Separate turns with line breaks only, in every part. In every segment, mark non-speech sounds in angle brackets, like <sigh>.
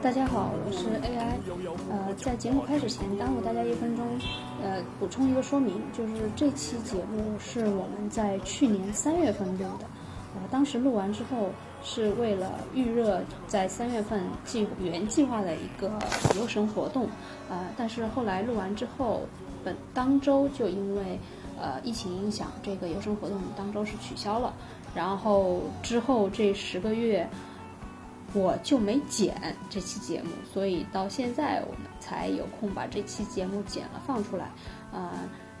大家好，我是 AI。呃，在节目开始前，耽误大家一分钟，呃，补充一个说明，就是这期节目是我们在去年三月份录的，呃，当时录完之后是为了预热在三月份计原计划的一个游神活动，呃，但是后来录完之后，本当周就因为呃疫情影响，这个游神活动当周是取消了，然后之后这十个月。我就没剪这期节目，所以到现在我们才有空把这期节目剪了放出来，呃，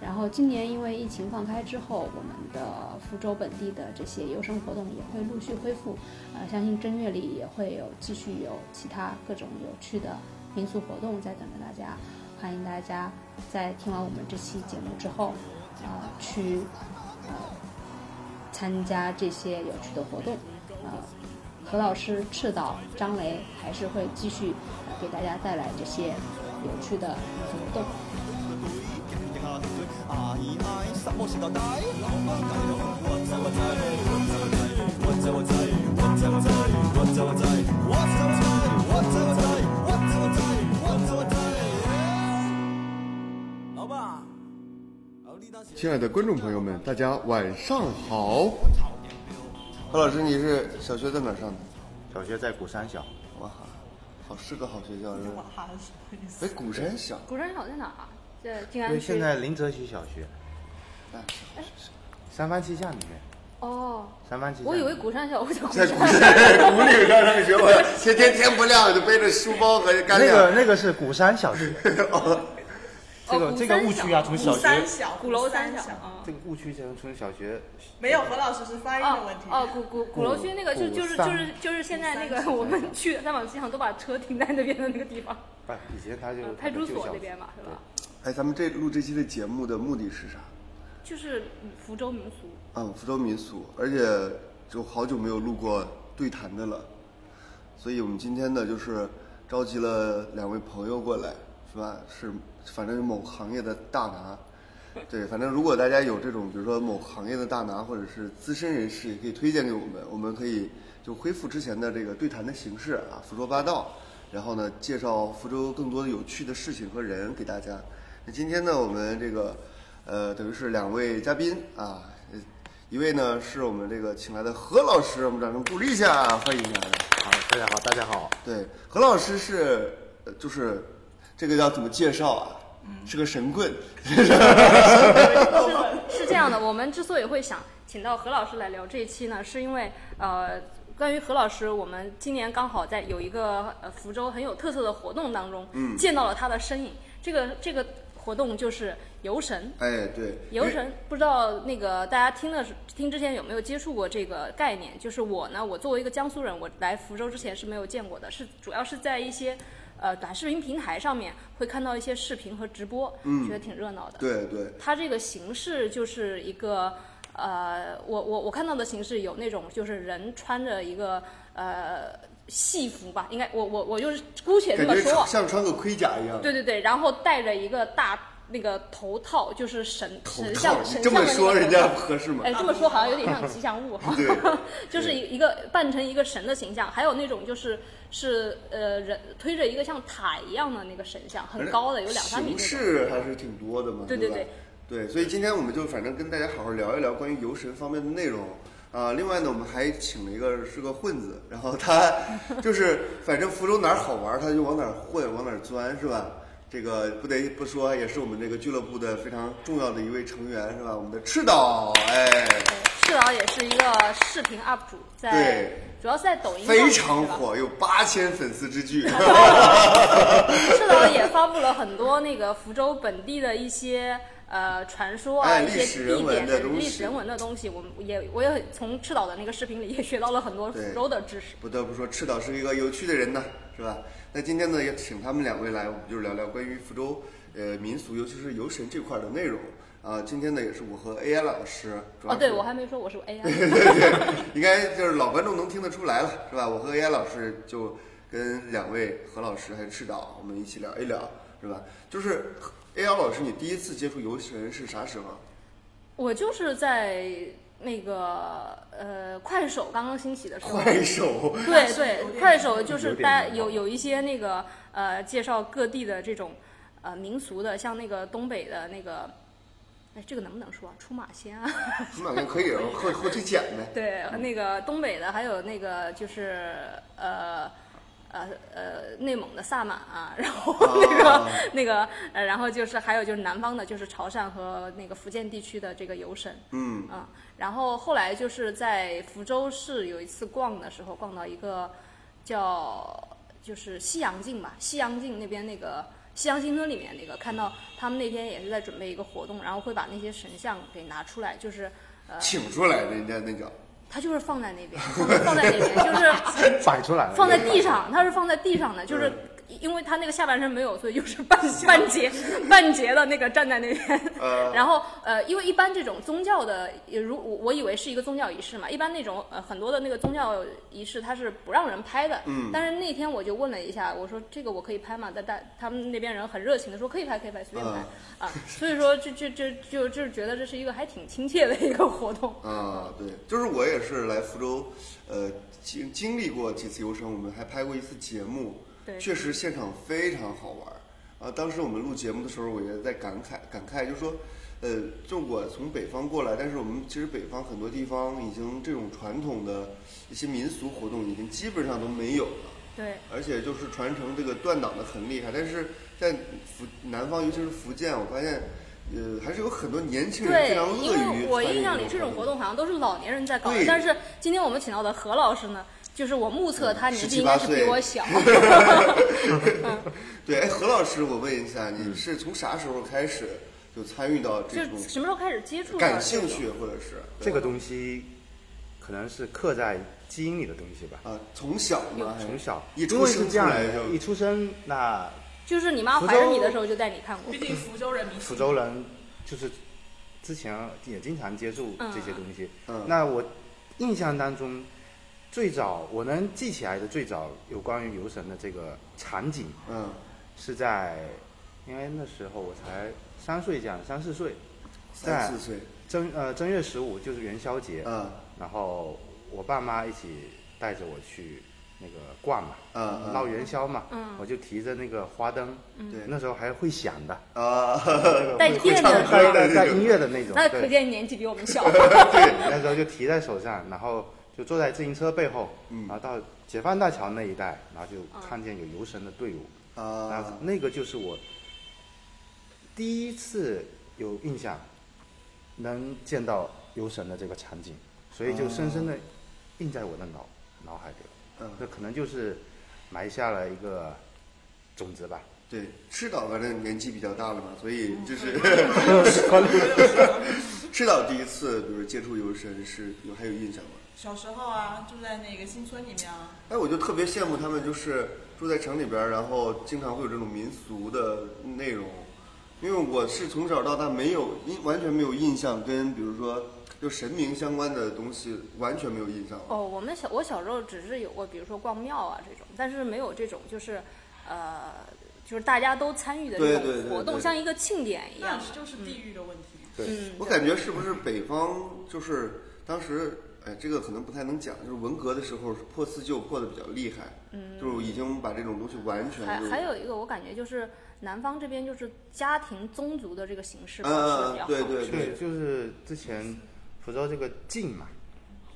然后今年因为疫情放开之后，我们的福州本地的这些游生活动也会陆续恢复，呃，相信正月里也会有继续有其他各种有趣的民俗活动在等着大家，欢迎大家在听完我们这期节目之后，啊、去呃参加这些有趣的活动，呃。何老师、赤岛、张雷还是会继续呃给大家带来这些有趣的活动。
老爸，然后立当
亲爱的观众朋友们，大家晚上好。何老师，你是小学在哪儿上的？
小学在鼓山小，
哇，好是个好学校，是吧？
哈是不好意思
哎，鼓山小，
古山小在哪儿啊？这静
因
安
为
区。
现在林泽区小学，
哎，
三番七巷里面，
哦，
三番七巷。
我以为古山小，我叫古
在
山
鼓山鼓岭上上学，我天天天不亮就背着书包和干
那
粮。
个那个是鼓山小学，
哦，
这个
鼓
这
山
个误区啊，从小
鼓
学
三小，
鼓楼
三
小
啊，
啊。
这个误区从从小学
没有何老师是发音的
哦
问题。
哦，鼓鼓鼓楼区那个就
鼓
就是
山
就是就是现在那
鼓山
个
小
我们去三坊七巷都把车停在那边的那个地方，
不，以前他
啊
就是
呃派出所
旧校
那
区
边嘛，是吧？
哎，咱们这录这期的节目的目的是啥？
就是福州民俗。
嗯，福州民俗，而且就好久没有录过对谈的了，所以我们今天呢，就是召集了两位朋友过来，是吧？是，反正是某行业的大拿，对，反正如果大家有这种，比如说某行业的大拿或者是资深人士，也可以推荐给我们，我们可以就恢复之前的这个对谈的形式啊，福州八道，然后呢，介绍福州更多的有趣的事情和人给大家。那今天呢，我们这个呃，等于是两位嘉宾啊，呃一位呢是我们这个请来的何老师，我们掌声鼓励一下，啊欢迎他。
好，大家好，大家好，
对，何老师是呃就是这个要怎么介绍啊？
嗯
是个神棍，
是这样的，我们之所以会想请到何老师来聊这一期呢，是因为呃，关于何老师，我们今年刚好在有一个呃福州很有特色的活动当中，嗯，见到了他的身影。这个这个活动就是游神。
哎，对，因
游
为
神不知道那个大家听的是听之前有没有接触过这个概念？就是我呢，我作为一个江苏人，我来福州之前是没有见过的，是主要是在一些呃短视频平台上面会看到一些视频和直播，
嗯
觉得挺热闹的。
对对，
它这个形式就是一个，呃，我我我看到的形式有那种就是人穿着一个呃戏服吧，应该我我我就是姑且这
感
么
觉
说，
像穿个盔甲一样。
对对对，然后戴着一个大那个头套，就是神神像
靠，你
神
这
像的
么
那
说
个
人家不合适吗
哎，？这么说好像有点像吉祥物哈 <laughs>
对，
就是一个扮成一个神的形象，还有那种就是是呃人推着一个像塔一样的那个神像，很高的，有两三米
形
那种。
式还是挺多的嘛，
对
对
对
吧对所以今天我们就反正跟大家好好聊一聊关于游神方面的内容。啊，另外呢，我们还请了一个是个混子，然
<laughs>
后他就是反正福州哪儿好玩儿他就往哪儿混，往哪儿钻，是吧？这个不得不说，也是我们这个俱乐部的非常重要的一位成员，是吧？我们的赤岛，哎，
赤佬也是一个视频 UP 主，在
对
主要是在抖音上面
非常。
是吧
火，有八千粉丝
<laughs>
之巨。
赤佬也发布了很多那个福州本地的一些呃传说啊，
哎
一
历
些
史
地
人
点
文的东西
历史人文的东西。我们也我也从赤佬的那个视频里也学到了很多
对
福州的知识。
不得不说，赤岛是一个有趣的人呢，是吧？那今天呢，也请他们两位来，我们就聊聊关于福州呃民俗，尤其是游神这块的内容。啊、今天呢，也是我和 AI 老师，主要
哦，
是
对，我还没说我是 AI。
<laughs> 对对，应该就是老观众能听得出来了，是吧？我和 AI 老师就跟两位何老师还有赤岛，我们一起聊一聊，是吧？就是
<laughs>
AI 老师，你第一次接触游神是啥时候？
我就是在
那个呃，快手刚刚兴起的时候，
快手，
对对，快手就是
有点
大家
文化
有有一些那个呃，介绍各地的这种呃民俗的，像那个东北的那个，哎，这个能不能说啊？出马仙啊？
你感觉可以，我后后期剪呗。
对，那个东北的，还有那个就是呃。呃呃，内蒙的萨满啊，然后那个、
啊
<laughs> 那个，呃，然后就是还有就是南方的，就是潮汕和那个福建地区的这个游神，
嗯，
嗯，然后后来就是在福州市有一次逛的时候，逛到一个叫就是西洋镜吧，西洋镜那边那个西洋新村里面那个，看到他们那天也是在准备一个活动，然后会把那些神像给拿出来，就是呃，
请出来的人家那叫，
他就是放在那边，放在放在那边，就是 <laughs>
摆出来了，
放在地上，他是放在地上的，就是。因为他那个下半身没有，所以就是半半截半截的那个站在那边，
呃，
然后呃，因为一般这种宗教的，也如我我以为是一个宗教仪式嘛，一般那种呃很多的那个宗教仪式它是不让人拍的。
嗯
但是那天我就问了一下，我说这个我可以拍吗？但但他们那边人很热情的说可以拍可以拍随便拍、
嗯
啊，所以说这这这就就是觉得这是一个还挺亲切的一个活动。
啊，对，就是我也是来福州，呃，经经历过几次游程，我们还拍过一次节目，
对
确实现场非常好玩儿。啊，当时我们录节目的时候，我也在感慨感慨，就是说，呃，就我从北方过来，但是我们其实北方很多地方已经这种传统的一些民俗活动已经基本上都没有了。
对
而且就是传承这个断档的很厉害，但是在福南方，尤其是福建，我发现，呃，还是有很多年轻人非
对
常，乐
因
于
为我
参与
印象里这种活动好像都是老年人在搞的，但是今天我们请到的何老师呢，就是我
嗯
目测他年纪应该是比我
<laughs>
小。
对，哎，何老师，我问一下，
嗯
你是从啥时候开始就参与到
就
这种
什么时候啊开始接触到
感
这
兴
个
趣，或者是
这个东西，可能是刻在基因里的东西吧。
啊？从小吗？还是
从小，
一
因
出
为是
生
这
出
样
来
的，
就
一出生那
就是你妈怀着你的时候就带你看过
毕，竟福州人民
福州人就是之前也经常接触这些东西。
嗯
那我印象当中，最早我能记起来的最早有关于游神的这个场景，
嗯，
是在因为那时候我才三岁这样，三四岁，
三四岁，
正呃正月十五就是元宵节，
嗯
然后我爸妈一起带着我去那个逛嘛，
嗯嗯
闹元宵嘛，
嗯
我就提着那个花灯，
对
那时候还会响的，
啊，
带
会
电
唱
的
歌
带
的
带带
那种
音乐的那种，
那
对
可见年纪比我
<laughs>
们小。
对， <laughs> 那时候就提在手上，然后就坐在自行车背后，
嗯
然后到解放大桥那一带，然后就看见有游神的队伍，
<laughs>
那
啊，
那个就是我第一次有印象，能见到游神的这个场景，所以就深深的印在我的脑脑海里了。
啊嗯，
那可能就是埋下了一个种子吧。
对，赤岛反正年纪比较大了嘛，所以
<laughs>
嗯
就是。 <laughs> 赤岛第一次，比如接触游神是有还有印象吗？
小时候啊，住在那个新村里面啊，
哎，我就特别羡慕他们，就是住在城里边儿，然后经常会有这种民俗的内容。因为我是从小到大没有印，完全没有印象，跟比如说就神明相关的东西完全没有印象。
哦，我们小我小时候只是有过，比如说逛庙啊这种，但是没有这种就是呃就是大家都参与的这
对对
种
对
活动，
对
像一个庆典一
那
样。
就是地域的问题。
嗯，
我感觉是不是北方就是当时，哎，这个可能不太能讲，就是文革的时候是破四旧破的比较厉害，嗯，就是已经把这种东西完全
还
就
还有一个我感觉就是南方这边就是家庭宗族的这个形式保持得
嗯
比
嗯
较
嗯，
好。
对对
对，
对，
就是之前福州这个境嘛，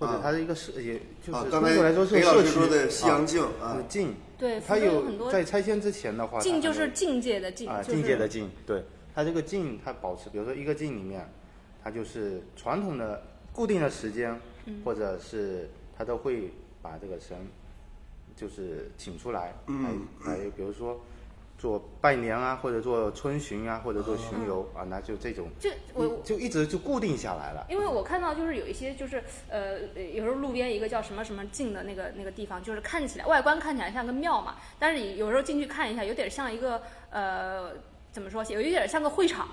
或者
啊
它的一个社，也就
啊
是，
刚
通
才
过来说是
裴老
社
师
区
说的西洋
啊
镜啊
嗯，境，
对
它
福州有很多
在拆迁之前的话，它
境就
还有
是境界的境，
啊，
就是
境界的境，对，它这个境，它保持，比如说一个境里面，它就是传统的固定的时间，
嗯
或者是它都会把这个神就是请出来，
嗯
来来，比如说做拜年啊，或者做春巡啊，或者做巡游、啊，那就这种，
就我
一就一直就固定下来了。
因为我看到就是有一些就是呃，有时候路边一个叫什么什么镜的那个那个地方，就是看起来外观看起来像个庙嘛，但是有时候进去看一下，有点像一个呃怎么说，有一点像个会场。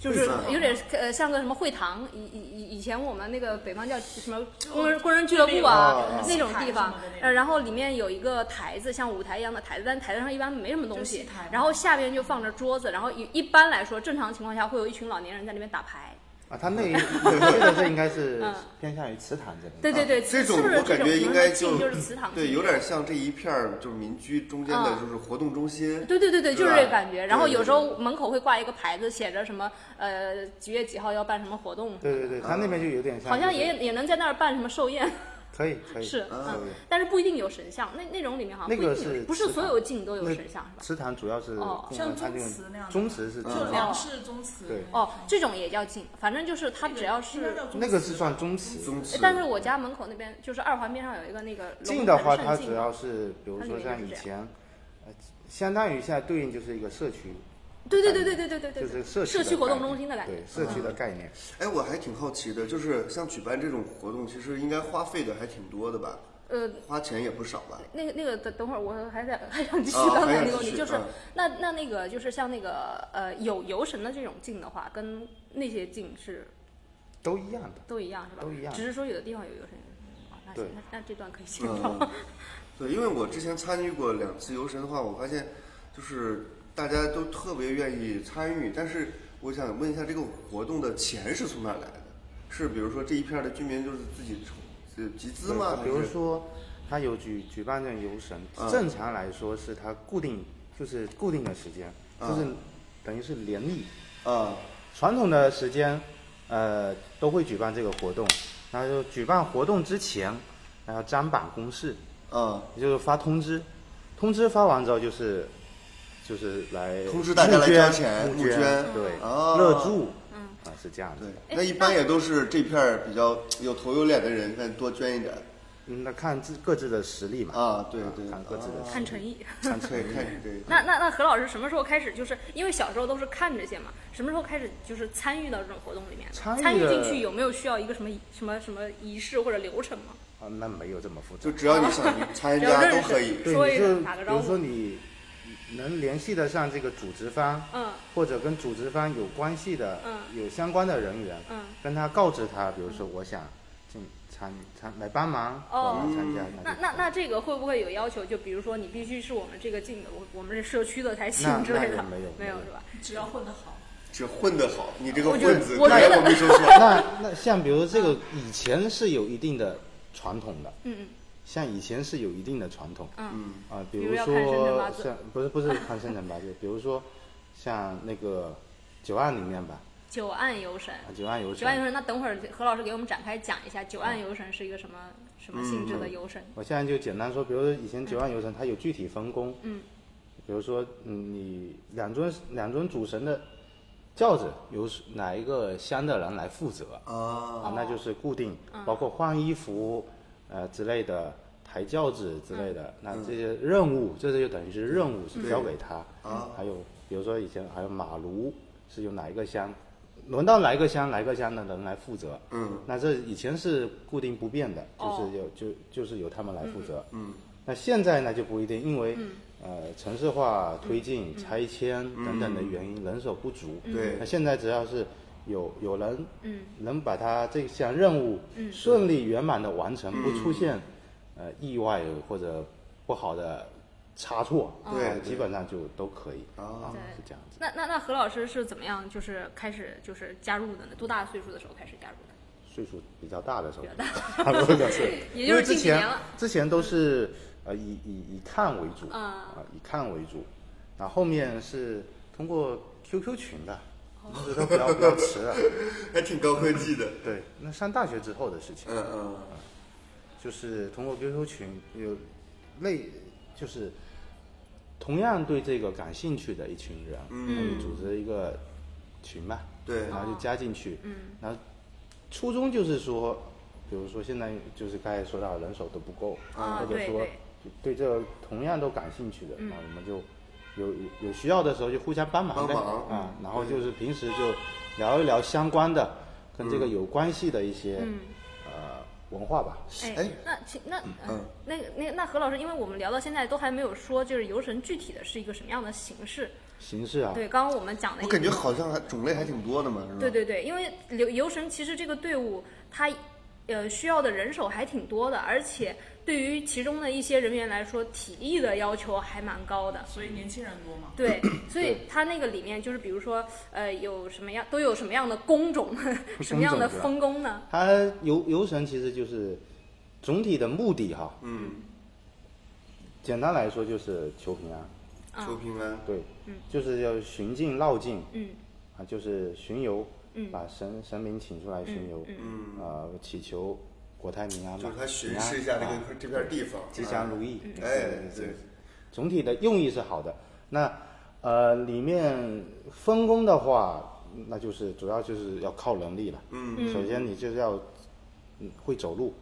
就是
会场
有点呃像个什么会堂，以以以以前我们那个北方叫什么工人工人俱乐部啊
哦
那种地方
戏台什么的那，种
呃然后里面有一个台子，像舞台一样的台子，但台子上一般没什么东
就
西
戏台嘛，
然后下边就放着桌子，然后一一般来说正常情况下会有一群老年人在那边打牌，
啊，他那一 <laughs> 我记得这应该是偏向于祠堂这边。啊
对对对，
这种
是不是
我感觉应该就
这种就是祠堂，
对，有点像这一片儿就是民居中间的
嗯
就是活动中心，
对对对对，
是
就
吧
是这个感觉。然后有时
对
候门口会挂一个牌子，写着什么呃几月几号要办什么活动，
对对对，他那边就有点像，
好像也也能在那儿办什么寿宴，
可以可以
是
啊
嗯，但是不一定有神像。那那种里面好像
那
不一
个
定有，
是
不是
祠
所
堂
有镜都有
那
神像是吧？
祠堂主要是
哦
供
像
他
宗
那
祠那样
种
的
宗祠
嗯
是
就
祠
粮
堂，
食宗祠。
嗯对
哦，这种也叫进，反正就是它
那个
只要
应该
是
叫。宗祠
那个是算宗祠。
宗祠。
但是我家门口那边就是二环边上有一个那个
进
龙
的
潭
话，
胜
它
境
只要是比如
它
说
里面
像
是
以
这样
前，呃，相当于现在对应就是一个社区，
对对对对对对对对，
就是社区
社
的
区活
概
动
念
中心的感觉嗯
对。社区的概念。
哎，我还挺好奇的，就是像举办这种活动，其实应该花费的还挺多的吧？
呃，
花钱也不少吧？
那个那个等等会儿，我还想还想继续
啊
刚
还
才
想
那个问
继续
题，就是
嗯
那那那个就是像那个呃有游神的这种镜的话，跟那些镜是
都一样的。
都一样是吧？
都一样
只是说有的地方有游神。啊那行
对
那那这段可以剪掉。
嗯，对，因为我之前参与过两次游神的话，我发现就是大家都特别愿意参与，但是我想问一下，这个活动的钱是从哪儿来的？是比如说这一片儿的居民就是自己筹呃集资
对
吗？
比如
还是
说，他有举举办这种游神
嗯，
正常来说是他固定就是固定的时间，就是
嗯
等于是联谊。
啊，
传统的时间，呃，都会举办这个活动。然后就举办活动之前，然后张榜公示，
啊，
也就是发通知，通知发完之后就是就是来
通知大家来
募
交
捐
钱
募
募捐
对，
哦
乐助，啊是这样的
对，，那一般也都是这片儿比较有头有脸的人，看多捐一点儿
嗯那看自各自的实力嘛，
啊，对对，
看各自的实
<laughs> 看
力。
诚意。
看对看你这
那那那何老师什么时候开始？就是因为小时候都是看这些嘛，什么时候开始就是参与到这种活动里面的？
参与
参与进
的
去有没有需要一个什么仪什么什么仪式或者流程吗？
啊，那没有这么复杂
就。只要你想参
只要
加
认
都
识
可以。
对，
说一
你
声
就
打个
比
招呼
如说你能联系得上这个组织方，
嗯
或者跟组织方有关系的，
嗯
有相关的人员，
嗯。
跟他告知他，比如说我想进参参来帮忙，
哦
我来参加。
那那那这个会不会有要求？就比如说你必须是我们这个进的，我我们这社区的才
那
行之类
那
的，
也没有
没有
没有
是吧？
只要混得好，
只混得好，你这个
我觉得
混字，
我觉
来
得
我没说
<laughs>
错。
那那像比如这个以前是有一定的传统的，
嗯
像以前是有一定的传统，
嗯嗯，
啊、比
比
如
如要看生辰八
说
字
像不是不是看生辰八字，比如说像那个九案里面吧，
九暗游神，
啊九案游
九暗游
神，
神。那等会儿何老师给我们展开讲一下，九暗游神是一个什么什么性质的游神？
我现在就简单说，比如说以前九案游神它有具体分工，
嗯，
比如说嗯你两尊两尊主神的轿子由哪一个乡的人来负责，
啊，
啊，那就是固定，包括换衣服，呃之类的，抬轿子之类的，那这些任务，这就等于是任务是交给他。
啊
还有比如说以前还有马卢是由哪一个乡，轮到哪一个乡，哪一个乡的人来负责。
嗯，
那这以前是固定不变的，就是有就就是由他们来负责。嗯，那现在呢就不一定，因为呃城市化推进、拆迁等等的原因，人手不足。
对
那现在只要是有有人，
嗯，
能把他这项任务顺利圆满的完成，不出现
嗯
呃意外或者不好的差错，
对
呃
对
基本上就都可以
啊
啊
哦对，
是这样子。
那那那何老师是怎么样就是开始就是加入的呢？多大岁数的时候开始加入的？
岁数比较大的时候，
比较大
是，
<laughs> 也
因
就是
为
近
之
几年
前
了
之前都是呃以以以看为主
啊
以看为主，然后后面是通过 QQ 群的，
哦
这都比较比较迟了。
还挺高科技的。
对，那上大学之后的事情，
嗯嗯
就是通过 QQ 群有类就是同样对这个感兴趣的一群人，嗯，组织一个群吧，
对
然后
哦
就加进去，嗯，然后初衷就是说，比如说现在就是刚才说到人手都不够，
啊
或者
对
说
对嗯
对这个同样都感兴趣的，啊那我们就有有需要的时候就互相帮忙呗，
帮忙嗯
啊，然后就是平时就聊一聊相关的跟
嗯
这个有关系的一些、
嗯
呃文化吧，
哎
哎，那其那嗯
嗯，
那个那个那何老师，因为我们聊到现在都还没有说就是游神具体的是一个什么样的形式。
形式啊，
对，刚刚我们讲的
我
一
感觉好像还种类还挺多的嘛，
嗯
是吧？
对对对，因为游游神其实这个队伍它呃需要的人手还挺多的，而且对于其中的一些人员来说，体力的要求还蛮高的。
所以年轻人多嘛，
<clears throat>
对，所以它那个里面就是，比如说，呃，有什么样都有什么样的工种， <laughs> 什么样
工种
的
是啊吧
分工呢？
它游游神其实就是总体的目的哈，
嗯，
简单来说就是求平安，
啊
求平安，
对，就是要巡境绕境 <laughs>
嗯
啊，就是巡游，
嗯
把神神明请出来巡游，
嗯，
呃，祈求国泰民安嘛，
就是他巡
平安
视一下这
啊
个这片地方，
吉祥如意。
嗯哎
对
对，
总体的用意是好的。那呃，里面分工的话，那就是主要就是要靠能力了。
嗯，
首先你就是要嗯会走
<laughs>
路，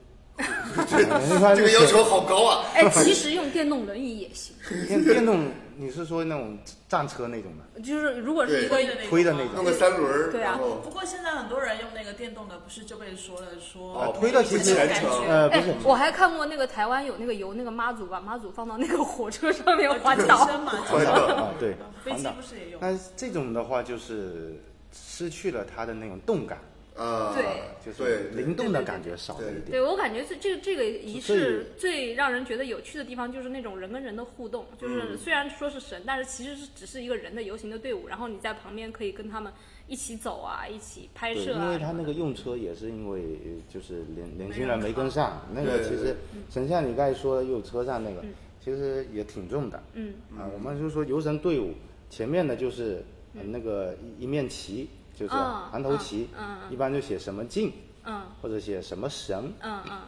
这个要求好高啊，
哎，其实用电动轮椅也行，
电电动，你是说那种战车那种的，
就是如果是一
推的
哎个
那种
推的
吗
那种
弄个三轮儿，
对啊
然后
不过现在很多人用那个电动的，不是就被说了说
哦推的其实
感觉
呃不
哎
是，，
我还看过那个台湾有那个游那个妈祖把妈祖放到那个火车上面
哦
环岛，
<laughs>
生嘛，
环岛
啊对
哎飞
环
机
岛
不是也用？
那这种的话就是失去了它的那种动感，
啊，
对
就是
对，
灵动的感觉少了一点。
对我感觉这这个这个仪式最让人觉得有趣的地方，就是那种人跟人的互动，
嗯
就是虽然说是神，但是其实是只是一个人的游行的队伍，然后你在旁边可以跟他们一起走啊，一起拍
对，
摄
因
啊
为。他那个用车也是因为呃就是年年轻人没跟上，那
对
个
对
其
对
实
嗯
神像你刚才说有车上那个，其实也挺重的。
嗯
啊，我们就说游神队伍前面的就是呃那个一一面旗，就是
嗯
盘头旗
嗯，
一般就写什么境
嗯
或者写什么神，
嗯嗯，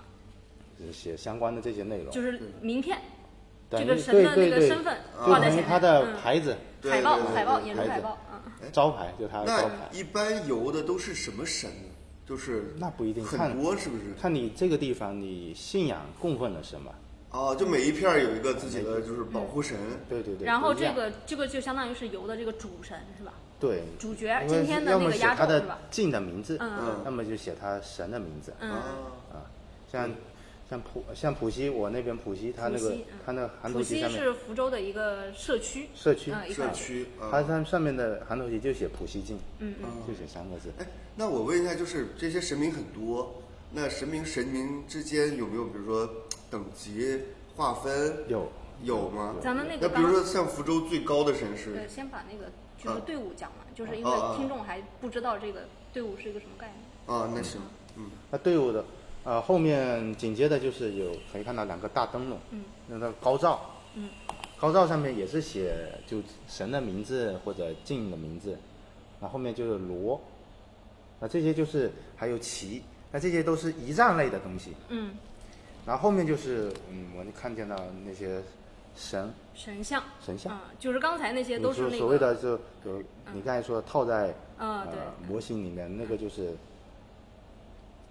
就是写相关的这些内容。
就是名片，
等于
这个神的
嗯对
那
对
个
对
身份
就
挂在
等于
前
他
面，
的
嗯，
海子
对
海报
对对
海报
对
演出
牌
海
子
报，嗯。
招牌，就他的招牌
那。一般游的都是什么神呢？就是
那不一定看
很多是不是？
看你这个地方你信仰供奉了什么。
啊，就每一片儿有一个自己的就是保护神，
对对对。
然后
不一
这
样
个这个就相当于是游的这个主神是吧？
对，
主角
因为
今天的
要
那
么
个
写
压
他
轴
的
是吧？
晋的名字，
嗯
嗯
那么就写他神的名字，
嗯
啊，
啊，像像普像浦西，我那边浦西，他那
浦
个
西嗯
他那个韩头
浦
旗
西
上面
是福州的一个社区，
社区，
嗯，一
社
块
区啊
他。上上面的韩头旗就写浦西境，
嗯
就写三个字，
哎，那我问一下，就是这些神明很多，那神明神明之间有没有比如说等级划分？
有
有吗？
咱们那
那
个
比
刚
如说像福州最高的神
嗯
是
对，先把那个就是队伍讲
哦
完，就是因
啊啊啊
为听众还不知道这个队伍是一个什么概念。
啊，那行，嗯，
那队伍的，呃，后面紧接着就是有可以看到两个大灯笼，嗯，那个高照，
嗯，
高照上面也是写就神的名字或者境的名字，那后面就是锣，那这些就是还有旗，那这些都是仪仗类的东西，
嗯，
然后后面就是嗯，我们看见到那些神
神像，
神像
嗯，就是刚才那些
也
都
就是
那
所谓
个，
的就有你刚才说套在
嗯，对，
呃模型里面那个就是。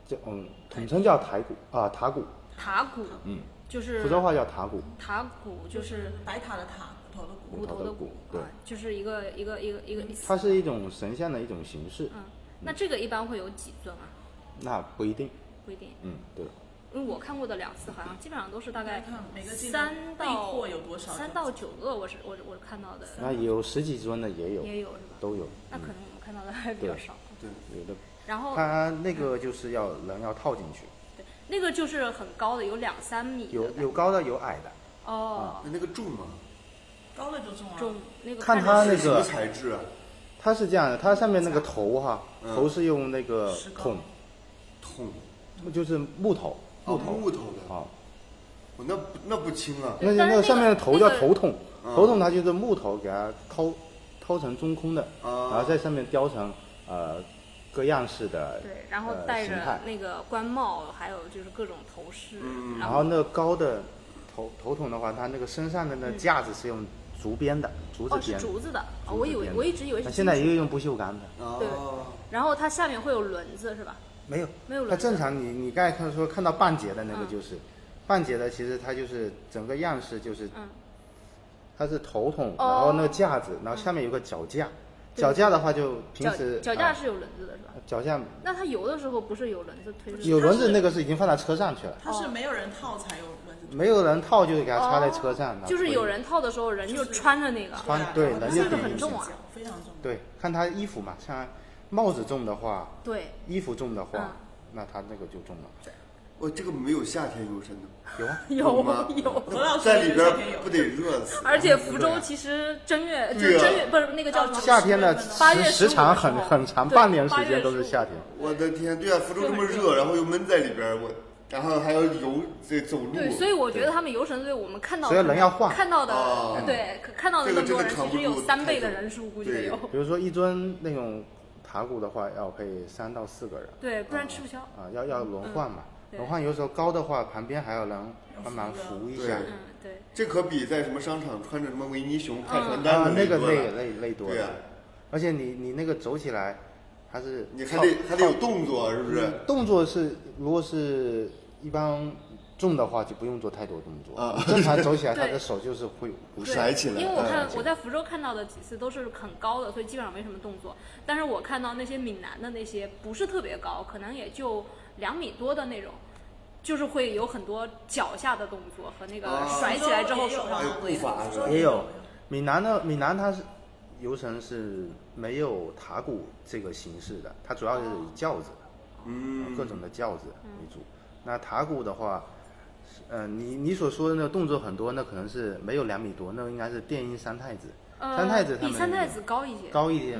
就嗯，统称叫台鼓啊、塔鼓，
塔鼓，
嗯，
就是
福州话叫塔鼓，
塔鼓，就
就是是白塔的塔，骨头的骨。
骨头
的
的
骨
骨，
对
啊，就是一个一个一个一个，
它是一种神像的一种形式，
嗯，那这个一般会有几尊啊？
那不一定，
不一定，
嗯，对，
因为我看过的两次好像基本上都是大概
看每个镜头
三到
备货有多少
三到九个，我是我我看到的
那有十几尊的也有，
也嗯有是吧？
都有，
那可能我们看到的还比较少。
有的，
然后
它那个就是要人要套进去，
对那个就是很高的，有两三米的
有
感觉
有啊高的有矮的，
哦，
那那个重吗？
高了就重啊。
重那个
看
着
它那
是
个
什么材质啊？
它是这样的，它上面那个头哈，
嗯
头是用那个
石膏
桶，
桶，
就是木头，木
啊木
头
头的，
啊，
哦那不那不轻啊，
那就
但
那
是
个
那
上面的
个
头
那
叫
个
头筒，
嗯
头筒它就是木头给它掏掏成中空的，
啊
然后在上面雕成呃各样式的
对，然后
呃
戴
形态
着那个官帽，还有就是各种头饰，
嗯
然
然
后
后那个高的头头筒的话，它那个身上的那架子是用竹编的，竹子
嗯哦是
编的。
竹子的，哦
竹
我
子
以为
编的
我一直以为
那
是
现在
金
也
属
有用不锈钢的，
啊，
然后它下面会有轮子是吧？
没有，
没有轮
它
子
正常你你刚才看说看到半截的那个
嗯
就是，半截的其实它就是整个样式就是，
嗯
它是头筒，
哦嗯
然后那个架子，然后下面有个脚架，
对
脚架的话就平
脚
时
脚架
啊
是有轮子的是吧？
脚架
那它游的时候不是有轮子推着？
有轮子那个是已经放到车上去了，
它
哦
是没有人套才有文字。
没有人套就是给它插在车上，然后
哦就是
推
有人套的时候，人就穿着那个。
穿啊对
它
人
这
就
个
顶
很
着
重
是
啊，非常重。
对，看他衣服嘛，像帽子重的话。
对，
衣服重的话，
嗯
那他那个就重了。
我哦这个没有夏天幽深的，
有啊，
有吗
有有。
何老师
在里边
夏天
儿
有
不得热死？
而且福州其实正月，就
对
是
啊
正月不是那个叫什么？
夏天的
八
时
月
时长很
15的时候
很长，
对
半年时
八月
间都是
15
夏天。
我的天，对啊，福州这么热，然后又闷在里边儿，我然后还要游这走路，
对，所以我觉得他们游神队，我们看到
所以人要换
看到的、
哦
对可看到的
这个
那么多人，
真的扛不
其实有
住
三倍的
太多
人数估计得有，
比如说一尊那种塔骨的话，要配三到四个人
对，不然吃不消。
啊，要要轮换嘛。
对
轮换有时候高的话，旁边还有人帮忙扶一下
对
嗯，对，
这可比在什么商场穿着什么维尼熊派传单
啊
的，
那个
多
累
了，
累累多
对
了
啊。
而且你你那个走起来，它是
你还得
靠嗯
还得有动作，是不是？
动作是，如果是一般重的话，就不用做太多动作。
啊
正常走起来，他的
对
手就是会
<laughs>
不
对
是。
甩起来
因为我看
嗯
我在福州看到的几次都是很高的，所以基本上没什么动作。但是我看到那些闽南的那些不是特别高，可能也就两米多的那种，就是会有很多脚下的动作和那个
哦
甩起来之后手上
还
的
有
动作
步伐是吧
也有闽南的闽南，它是游神是没有塔鼓这个形式的，它主要是以轿子，
嗯，
各种的轿子为主。那塔鼓的话，呃，你你所说的那个动作很多，那可能是没有两米多，那应该是电音三太子。哦三太子
呃，
他
比
们
三太子嗯高一些，
高一点，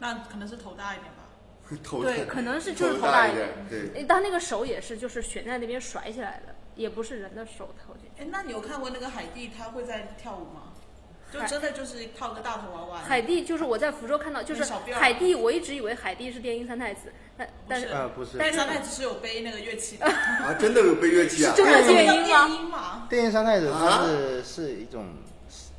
那可能是头大一点吧。
头大
对，可能是就是
头
头
大
一
点，对。
点，他那个手也是就是悬在那边甩起来的，也不是人的手，我觉得。
哎，那你有看过那个海蒂他会在跳舞吗？就
海
真的就是套个大头娃娃。
海蒂就是我在福州看到，就是
那小辫儿
海蒂，我一直以为海蒂是电音三太子，但但是
呃，不是
但是他只是有背那个乐器
<laughs>
的，
啊，真的有背乐器啊！
真的
那
电
个
音吗？
电音嘛，
电音三太子
啊
它是、是一种，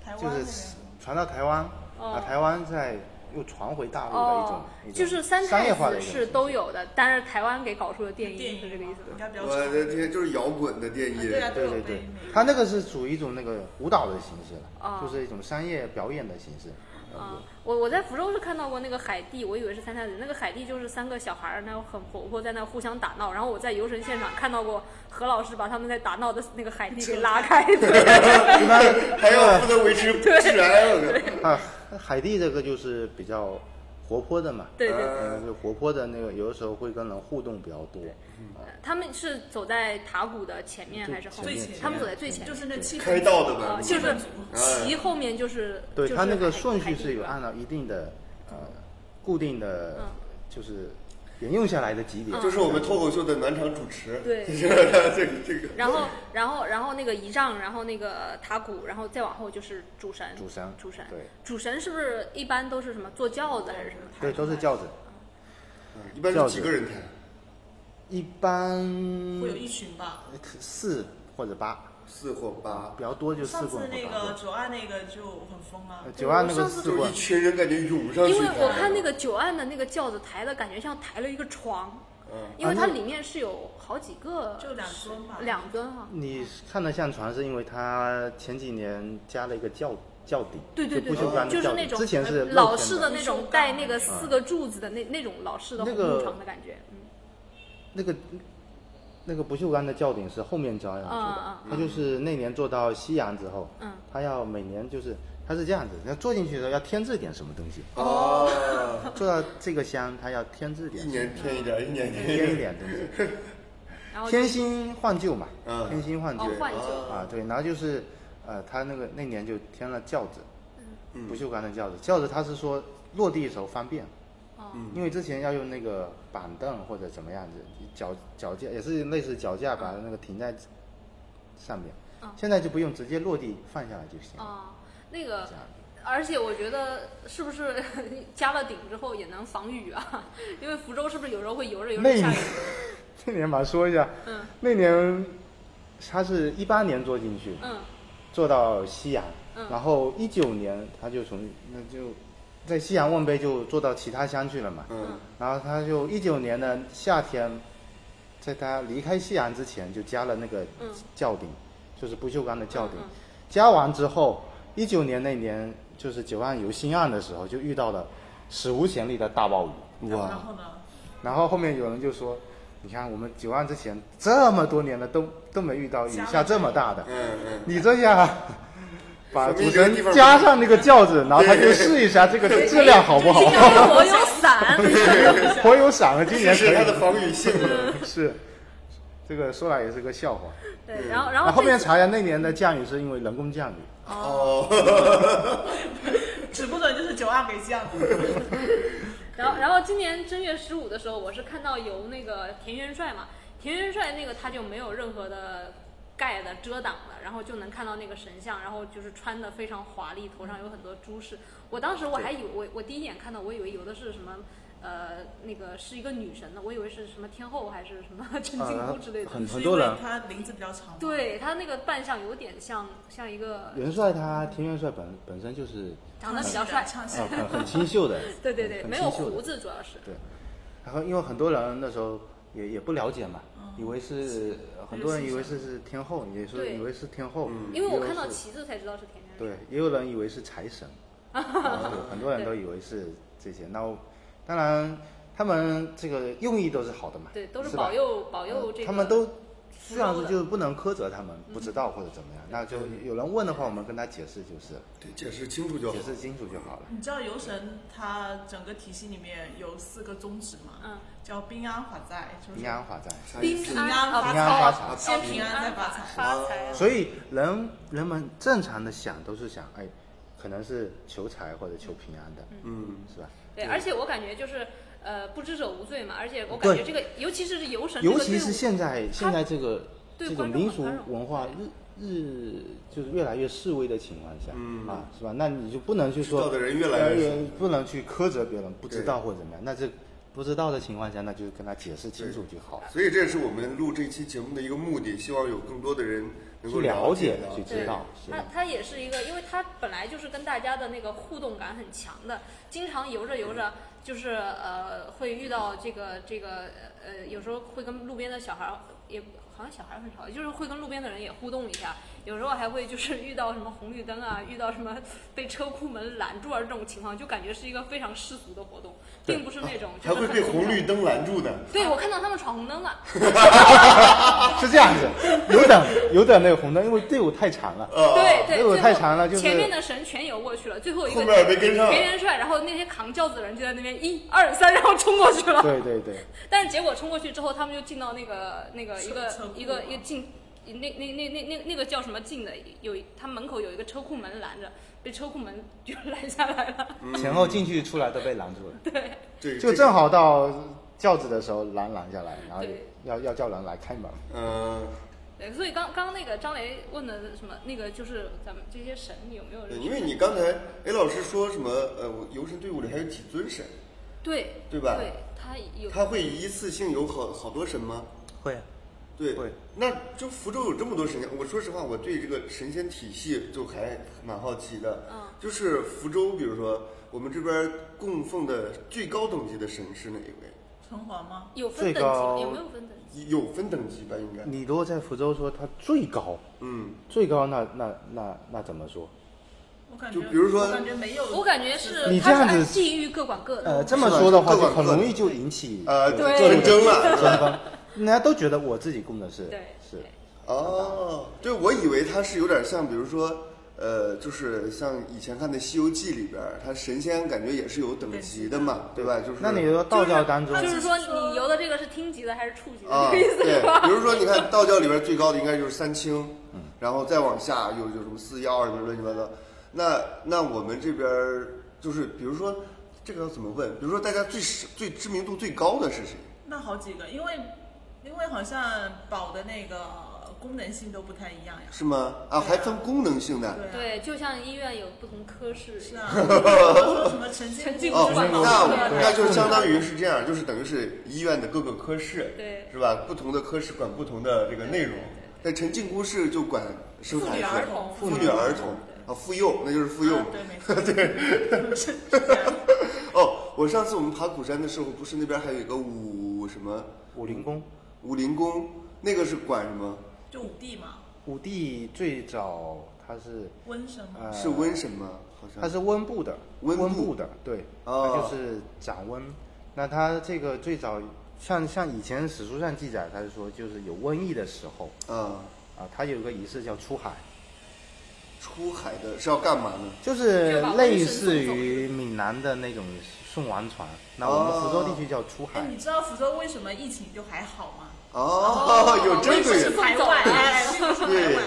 台湾
就
那边
是传到台湾，
哦
啊，台湾再又传回大陆的一种，
哦
一种，
就是三
商
太
业化的
子
一种
是都有的，但是台湾给搞出了电
电
音，是这个意
音
思
嘛应
吗？
该比较
我
长。
的天，就是摇滚的电音
对啊，，都
对
有
对
背
对
那，个。
它那个是属于一种那个舞蹈的形式了，
哦
就是一种商业表演的形式。
啊，我我在福州是看到过那个海蒂，我以为是三太子，那个海蒂就是三个小孩儿，那种很活泼，在那互相打闹。然后我在游神现场看到过何老师把他们在打闹的那个海蒂给拉开， <laughs>
一般
啊
还要负责维持治安，我靠！
啊，海地这个就是比较活泼的嘛，
对
<laughs>
对对
嗯，就活泼的那个，有的时候会跟人互动比较多。
他们是走在塔鼓的前面还是后
最
面
前？面
他们走在最前面，
就是那气氛
开道的
啊，
吧，
就是
组
旗后面就是，
对，
就是
它那个
海
顺
海
序
底
是有
吧
按照一定的呃固定的
嗯，
就是沿用下来的几点。
就是我们脱口秀的暖场主持，
对
就是他 <laughs> 这个这个，
然后，然后，然后那个仪仗，然后那个塔鼓，然后再往后就是主神，
主神
主神，
对，
主神是不是一般都是什么坐轿子还是什么？
对，都是轿子。
啊一般是几个人抬？
一般
会有一群吧。
嗯四或者八，
四或八
比，较多就四嗯
上
棍
次
或
那
八
个
棍。
九安那个就很疯啊
呃，九安那
我
个
上次
四
就
棍
一，群人感觉涌上去，
因为我看那，个九案的那个轿子抬的感觉像抬了一个床，
嗯，
因为
啊
它
那
里面是有好几个，
就两尊吧。
两啊尊哈、
你看得像船，是因为它前几年加了一个轿轿底，
对对
就
对
不锈钢
对，
的
就
轿
是
底
那种呃
之前是
老
露天
式
的啊
的那种带那个四个柱子的那那种老式的
那
红
个
木床的感觉，嗯
那个那个不锈钢的轿顶是后面加上去的
嗯，
它就是那年做到西洋之后，
嗯，
它要每年就是它是这样子，那做进去的时候要添置点什么东西，
哦，
做到这个箱它要添置
一
点什么，
年添一点，一年添一
添一
点，
点东西，
然哦后就
添新换旧嘛，
嗯
添新换旧
哦换旧
啊，对，然后就是呃，他那个那年就添了轿子，
嗯
不锈钢的轿子，轿子他是说落地的时候方便，
哦
嗯
因为之前要用那个板凳或者怎么样子，脚脚架也是类似脚架把那个停在上面，
哦
现在就不用，直接落地放下来就行了，
啊、那个
这样子
而且我觉得是不是 <laughs> 加了顶之后也能防雨啊？ <laughs> 因为福州是不是有时候会游着游着
那
下雨
年？那年吧，说一下，
嗯
那年他是一八年做进去，
嗯
做到西洋，
嗯
然后一九年他就从那就在西洋问杯就做到其他乡去了嘛，
嗯，
然后他就一九年的夏天，在他离开西洋之前就加了那个
嗯
轿顶，就是不锈钢的轿顶，
嗯嗯
加完之后，一九年那年就是九岸游新岸的时候就遇到了史无前例的大暴雨，嗯
然后呢？
然后后面有人就说。你看，我们九岸之前这么多年了，都都没遇到雨下这么大的。
嗯嗯，
你这下把
说
主
明
持
这个地
人
方不
加上那个轿子，然后他就试一下这个质量好不好。
今年
<laughs>
我有伞，
颇有赏了，今
这
年可
是它的
以
嗯
防雨性能，
<laughs> 是。这个说来也是个笑话。
对，然后然
那
后
后
这
面
次
查一下，那年的降雨是因为人工降雨。
哦
哦
指不准就是九二给降。
然后，然后今年正月十五的时候，我是看到有那个田元帅嘛，田元帅那个他就没有任何的盖的遮挡的，然后就能看到那个神像，然后就是穿的非常华丽，头上有很多珠饰。我当时我还以为我我第一眼看到，我以为有的是什么。呃，那个是一个女神的，我以为是什么天后还是什么陈
啊
金姑之类的。
很
是
很
因
多
为
人，
他名字比较长。，
对他那个扮相有点像像一个
元帅他田元帅本本身就是
<laughs> 长得比较帅， <laughs>，
唱戏
啊很很清秀的
对对对，
很
没有
清秀的
胡子主要是。
对，然后因为很多人那时候也也不了解嘛，
哦
以为是很多人以为是是天后，也说
对
以为是天后，
因为我
也有
看到
是
旗子才知道是田元帅。
对，也有人以为是财
<laughs>
神，对很多人都以为是这些。那我当然，他们这个用意都是好的嘛，
对，都是
吧嗯
保佑保佑这个。
他们都
福
这样
州
子
的嗯
就不能苛责他们不知道或者怎么样。那就有人问的话，我们跟他解释就是
<laughs> 对，解释清
嗯
楚就好
解。释清楚就好了。
你知道游神它整个体系里面有四个宗旨嘛？
嗯，
叫兵安法在，就是
平安法在，
啥意
平
思？
平
安
安发
啊
平安发
财，
财
先
平
平安再发财。
发财啊。
所以人人们正常的想都是想，哎，可能是求财或者求平安的，
嗯，
是吧？
对，而且我感觉就是呃，不知者无罪嘛，而且我感
对
觉这个，尤其是游 <laughs> 神这个
尤
队伍，
其是现在现在这个
对
这
观
种
众
民
很
俗
宽容
文化日日就是越来越示威的情况下，啊，是吧？那你就不能去
嗯
说
知道的人越来越
呃不能去苛责别人不知
对
道或者怎么样。那这不知道的情况下，那就跟他解释清楚就好了，
所以这也是我们录这期节目的一个目的，希望有更多的人能
去
够
了
解
解
到
去
对
知道。是
他他也是一个，因为他本来就是跟大家的那个互动感很强的，经常游着游着，就是呃会遇到这个这个呃有时候会跟路边的小孩儿也好像小孩儿很少，就是会跟路边的人也互动一下，有时候还会就是 <laughs> 遇到什么红绿灯啊，遇到什么被车库门拦住啊这种情况，就感觉是一个非常世俗的活动，并不是那种
啊还
就
会
是很
被红绿
宗教。
灯拦住的。
对，我看到他们闯红灯了。
啊
是这样子，有等有等那个红灯，因为队伍太长了，
啊
对对，
队伍
最后
啊哎太长了就是
前面的神全游过去了，最后一个
后面也没跟上
田元帅，然后那些扛轿子的人就在那边一二三，然后冲过去了。
对对对。
<laughs> 但是结果冲过去之后，他们就进到那个那个一个
车库
一个一个进那那那那那那个叫什么进的，有他门口有一个车库门拦着，被车库门 <laughs> 就拦下来了。
前后进去出来都被拦住了，
嗯对，
就
这
正好到轿子的时候拦拦下来，然后
对
要要叫人来开门。
嗯，
<laughs> 对，所以刚刚那个张雷问的什么，那个就是咱们这些神有没有
对
人？
因为你刚才 A 老师说什么呃，我游神队伍里还有几尊神，
对
对吧
对，他有
他会一次性有好好多神吗？
会，
对
会，
那就福州有这么多神仙，我说实话，我对这个神仙体系就还蛮好奇的。
嗯
就是福州，比如说我们这边供奉的最高等级的神是哪一位？
城隍吗？
有分
最
等
高
级，有没有分等级？
有分等级吧，应该。
你如果在福州说他最高，
嗯，
最高那那那那怎么说？
我感觉，
就比如说
我感觉没有，
我感觉是，
你这
它是
样子
按地域各管各的。
呃，这么说的话
各
就
管各
很
的
容易就引起
呃，
这
对
纷争了，是
纷
吧？
争，人家都觉得我自己供的是
对
是
对
哦，对，我以为它是有点像，比如说，呃，就是像以前看的《西游记》里边儿，它神仙感觉也是有等级的嘛，对吧？就是
那你说道教当中
就
就是是说，你游的这个是厅级的还是处级的
啊，
这个 <laughs> 意思
对
是，吧
比？如说你看道教里边最高的应该就是三清，然后再往下有有什么四幺什么乱七八糟。那那我们这边儿就是，比如说这个要怎么问？比如说大家最是最知名度最高的是谁？
那好几个，因为因为好像宝的那个功能性都不太一样呀。
是吗？啊，还分功能性的。
对啊
对，就像医院有不同科室。
是啊，说什么陈经
陈经
国
哦，
管
嘛
那
对啊
那就相当于是这样，就是等于是医院的各个科室，
对
是吧？不同的科室管不同的这个内容。但陈靖姑室就管生
妇
产
女
科
儿童
妇女儿童啊，妇幼，那就是妇幼
啊
嘛。
对，
<laughs>
没错，对，是这样
哦，我上次我们爬虎山的时候，不是那边还有一个武什么
武林宫，
武林宫，那个是管什么？
<laughs> 就五帝嘛，
武帝最早他是
瘟神嘛，
呃
是瘟神吗？好像
它是温布的，
温布
布的，对，
哦
它就是掌温。那它这个最早，像像以前史书上记载，它是说就是有瘟疫的时候
啊，
啊，它有个仪式叫出海，
出海的是要干嘛呢？
就是
就把瘟神
类似于闽南的那种送王船，那我们
哦
福州地区叫出海
哦
<laughs>
哎哎，。你知道福州为什么疫情就还好吗？
哦， <laughs> 有这个
是
人
送
排
走
外，
了
哎是不是排
对
<laughs>
外？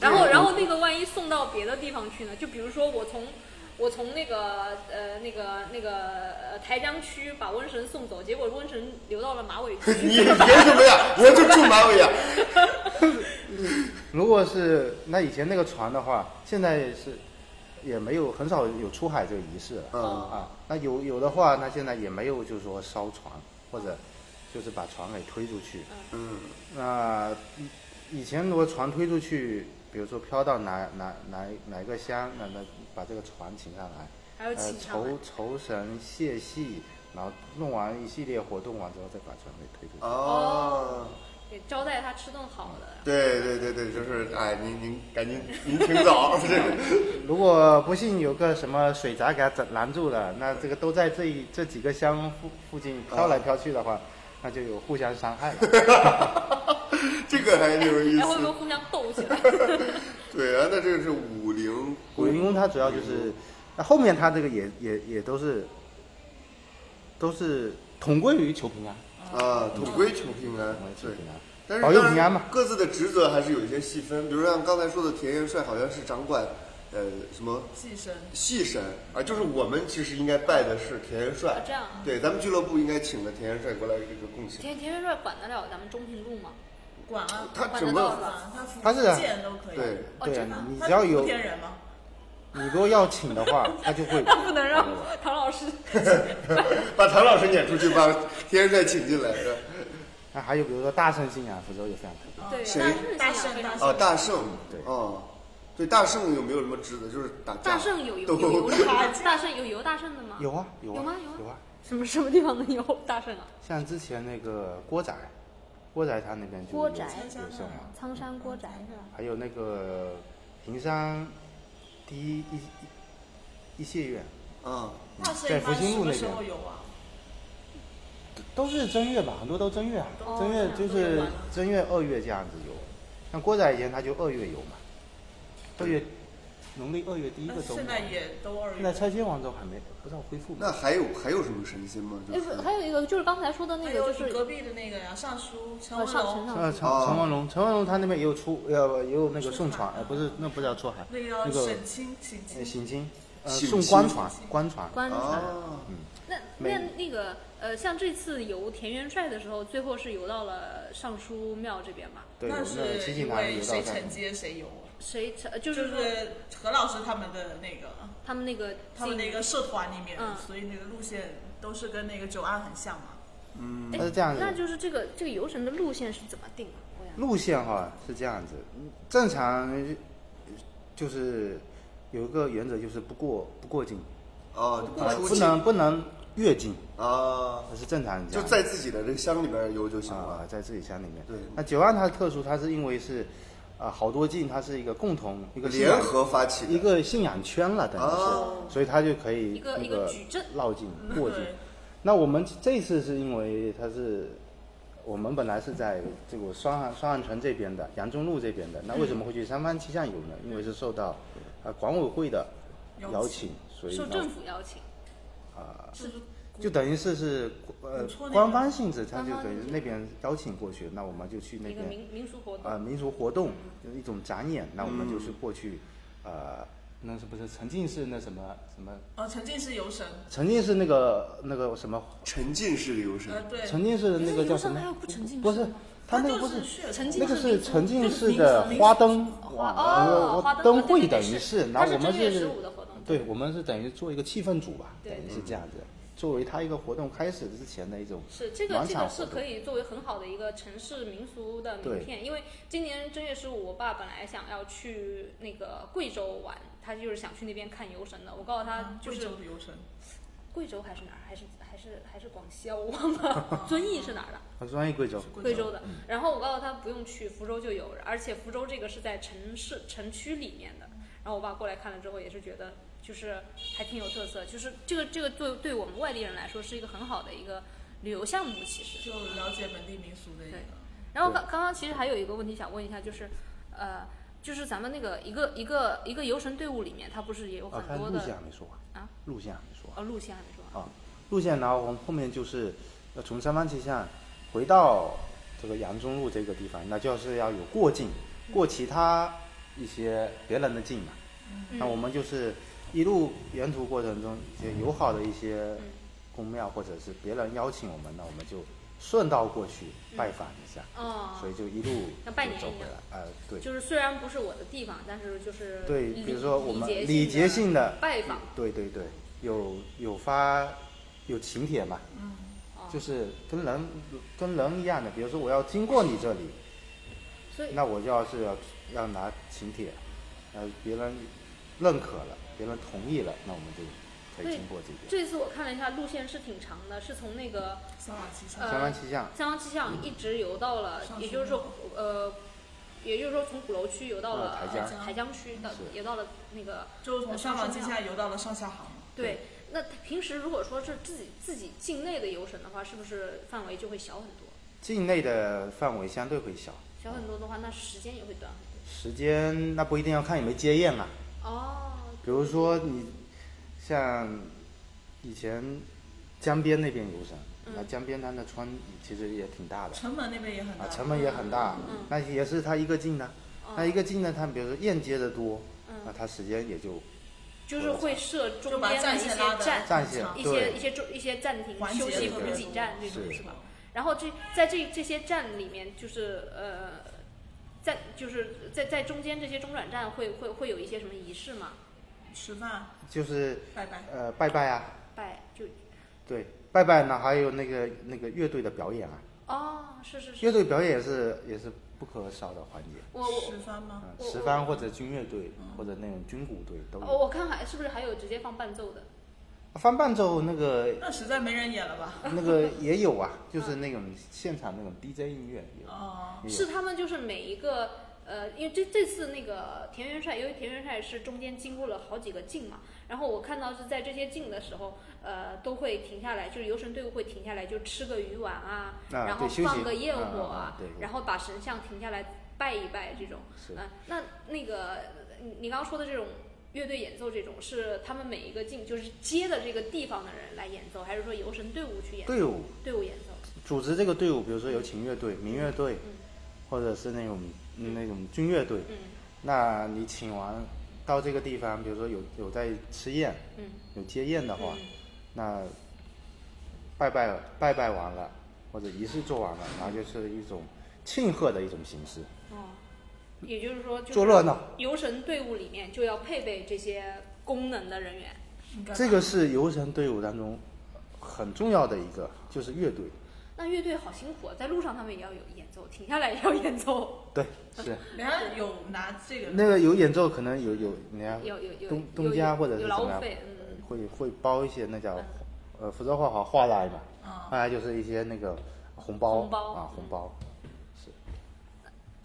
然后，然后那个万一送到别的地方去呢？就比如说我从我从那个呃那个那个呃台江区把瘟神送走，结果瘟神流到了马尾区，
你凭什么呀？我就住马尾呀。啊
如果是那以前那个船的话，现在是也没有很少有出海这个仪式了。
嗯
啊，那有有的话，那现在也没有就是说烧船或者就是把船给推出去。
嗯
那以以前如果船推出去，比如说飘到哪哪哪哪个乡，那那把这个船请上来，
还有
呃
哎
请上来
酬酬神谢戏，然后弄完一系列活动完之后，再把船给推出去。
哦，
给招待他吃顿好的。
对对对对，就是哎，您您赶紧您挺早，这个 <laughs>
如果不幸有个什么水闸给它拦拦住了，那这个都在这一这几个乡附附近飘来飘去的话，那就有互相伤害了。
这个还挺有意
哎然后会不
思。
会互相斗起来？ <laughs>
对啊，那这个是武陵
<laughs> 古灵宫它主要就是， <laughs> 那后面它这个也也也都是，都是同归于求平安，
啊，土归求平安
同归，于求
对。
平安。
但是
保佑
当然
平安嘛
各自的职责还是有一些细分，比如像刚才说的田元帅，好像是掌管呃什么
寄生，
戏神啊，就是我们其实应该拜的是田元帅
啊，这样
对，咱们俱乐部应该请了田元帅过来这个共情，
田田元帅管得了咱们中平路 <laughs> 吗？
管啊，
他
管
整
得
个
到吧？他福
他是啊
建都可以，
对，
哦，
对
真的
啊
啊，，
你
他
只要
是
有
福建人吗？
你如果要请的话，他就会。
不能让唐老师。
把唐老师撵出去，把田元帅请
<laughs>
进来，是吧
那还有比如说大圣信仰，福州也非常特别。
对，
谁
啊大
大
圣
圣啊
大
大
圣
哦，大圣，
对
哦，对，大圣有没有什么职责？就是打架，
<laughs> 大圣有
斗
游有游的吗？大圣有游大圣的吗？
有啊，有啊，
有吗有啊
有啊。
什么什么地方能有大圣啊？
像之前那个郭宅，郭宅他那边就
郭
有
宅
有圣王。
苍山郭宅是吧？
还有那个平山第一一一谢院，
啊，
大圣
在
一般
福兴
什
路
么
那
时候
边
有啊？
都是正月吧，很多都正月啊，
哦
正月就
这样
是正月二月这样子有。像郭仔以前他就二月有嘛，二月农历二月第一个
但是
周末
呃现。在也都二
现在
月，
拆迁完之后还没不知道恢复没
那还有还有什么神仙吗？就
哎，
是
不，还有一个就是刚才说的那
还
个，就
有
是
隔壁的那个呀，尚书陈
呃
文
上陈
龙，
上
呃，陈
哦
陈文龙，陈文龙他那边也有出，呃，也有那个送船，
出海
呃，不是，那不叫出海，
那
那
个
个
沈清沈
呃
清，
行经，呃，
省
送
亲
官船，官船，
官船。
哦
啊，
那那那个呃，像这次游田元帅的时候，最后是游到了尚书庙这边嘛？
对，有那个
是
七
因
星潭
为
有道
谁
山
承，接谁有啊，
谁呃就
就是
说
是何老师他们的那个
他们那个
他们那个社团里面
嗯，
所以那个路线都是跟那个九安很像嘛。
哎
它嗯是这样子的
那就是这个这个游神的路线是怎么定的？我想
路线哈是这样子，正常就是有一个原则，就是不过不过境，
啊，就
呃
不出
不
去
能不能越境，
啊，
这是正常人
就在自己的这个乡里边游就行
啊、
了。
在自己乡里面。
对
那九安它的特殊，它是因为是啊、好多境，它是一个共同一个信仰
联合发起的
一个信仰圈了，等于是，
哦
所以它就可以
一个
那
一个矩阵
绕境过境
嗯对。
那我们这次是因为它是。我们本来是在这个双汉双汉城这边的杨中路这边的，那为什么会去三藩七巷游呢？因为是受到呃管委会的
邀
邀
请
请，所以
受
呢
政府邀请，
是不是
就等于是是呃
你说那个
官方性质，它就
官方
等于那边邀请过去，那我们就去那
一个
边
民嗯民俗活动。
呃民俗活动，就是一种展演，那我们就是过去，呃，那是不是沉浸式那什么什么？
呃，沉浸式游神，
沉浸式那个那个什么？
沉浸式游神
呃，对，
沉浸式的那个叫什么
可是游神还有不沉浸式？
不是
吗，
它那个
就
不
是噱头
沉浸
那个
式民
是
俗
沉浸式
民
的
俗民俗
花灯
花
哇，
哦，花
呃
灯
灯
对
会
对对
等于
是，
然后我
它
们
是正月
是嗯
十五的活动，
对，我们是等于做一个气氛组吧，
对
等于
对
是这样子，作为它一个活动开始之前的一种
是这个
暖
这
场
个
活
是
动
可以作为很好的一个城市民俗的名
对
片，因为今年正月十五，我爸本来想要去那个贵州玩，他就是想去那边看游神的。我告诉他，啊就
贵
是
州的游神，
贵州还是哪儿，还是还是还是广西啊，我忘 <laughs> 了，遵义是哪儿的？
很啊专业贵州，
贵州嗯的。然后我告诉他不用去，福州就有，而且福州这个是在城市城区里面的。然后我爸过来看了之后，也是觉得就是还挺有特色，就是这个这个对对我们外地人来说是一个很好的一个旅游项目，其实。
就了解本地民俗的一个
对。然后刚刚刚其实还有一个问题想问一下，就是，呃，就是咱们那个一个一个一个游神队伍里哦面，它不是也有
啊，
很
看
多
路
的
线还没说完
啊，
路线还没说
呃路线还没说完，
完啊，路线，然后我们后面就是要从三番七巷回到这个杨中路这个地方，那就是要有过境，过其他一些别人的境嘛。
嗯
那我们就是一路沿途过程中，一些友好的一些宫庙或者是别人邀请我们，那我们就顺道过去拜访一下，
嗯哦，
所以就一路
像拜年
走
一
回
样
来。呃，对
就是虽然不是我的地方，但是就是
对，比如说我们
礼
礼节
性
性
的
的嗯
拜访，
对对对，有有发有请帖嘛，
哦
就是跟人跟人一样的，比如说我要经过你这里，
所以
那我就要是要要拿请帖，呃，别人认可了，别人同意了，那我们就可以
对
经过这边。
这次我看了一下路线是挺长的，是从那个
三往七上。
呃
三湾七巷，
三王七
嗯
巷一直游到了，
上
也
去
就是说
吗
呃，也就是说从鼓楼区游到
到
了
呃台江
台江区的，
是
游到了那个
就从上往七下游到了上下杭。
对。那平时如果说是自己自己境内的游神的话，是不是范围就会小很多？
境内的范围相对会小，
小很多的话，那时间也会短很
时间那不一定要看有没有接验啊。
多。哦，
比如说你像以前江边那边游山，那、江边它的川其实也挺大的
城门那边也很大。
啊，城门也很大，
嗯
那也是它一个进呢。
哦
那一个进呢，它比如说沿街的多，
嗯
那它时间也就
就是会设
就
中
把
间的
战
一
线
些
拉的
站，
战线
一些
对
一些中一些暂停
环节
休息
特
补
别
给
多
站这种
是
是吧？然后这在这这些站里面，就是呃，在就是在在中间这些中转站会会会有一些什么仪式吗？
吃饭
就是
拜拜。
呃拜拜啊，
拜就
对，拜拜呢，还有那个那个乐队的表演啊，
哦，是是
乐
是，
队表演也是也是不可少的环节。
我我
吃饭吗？
嗯，
我嗯
十番或者军乐队或者那种军鼓队都
哦，
有。啊
我看还是不是还有直接放伴奏的？
翻伴奏那个
那实在没人演了吧？
那
<laughs>
个也有啊，就是那种现场那种 DJ 音乐也有。
哦，
也有
嗯是他们就是每一个呃，因为这这次那个田园帅，由于田园帅是中间经过了好几个境嘛，然后我看到是在这些境的时候，呃，都会停下来，就是游神队伍会停下来，就吃个鱼丸啊，
啊
然后
对休息
放个焰火
啊啊啊对对
然后把神像停下来拜一拜这种。
是
嗯、那那个你你刚刚说的这种。乐队演奏这种是他们每一个境，就是接的这个地方的人来演奏，还是说游神队伍去演
队伍
队伍演奏？
组织这个队伍，比如说有请乐队、民乐队，或者是那种那种军乐队。
嗯
那你请完到这个地方，比如说有有在吃宴，
嗯
有接宴的话，
嗯
那拜拜了拜拜完了，或者仪式做完了，然后就是一种庆贺的一种形式。
哦，也就是说，就是
做热闹
游神队伍里面就要配备这些功能的人员。
应该
这个是游神队伍当中很重要的一个，就是乐队。
那乐队好辛苦啊，在路上他们也要有演奏，停下来也要演奏，
对，是。
人家有拿这个
那个有演奏，可能有有你看
有有有
东
有
东家或者是怎
有
么
劳务
样，
费，
呃
嗯，
会会包一些那叫呃福州话好话来嘛，
啊
话来就是一些那个红包
红包
啊红包，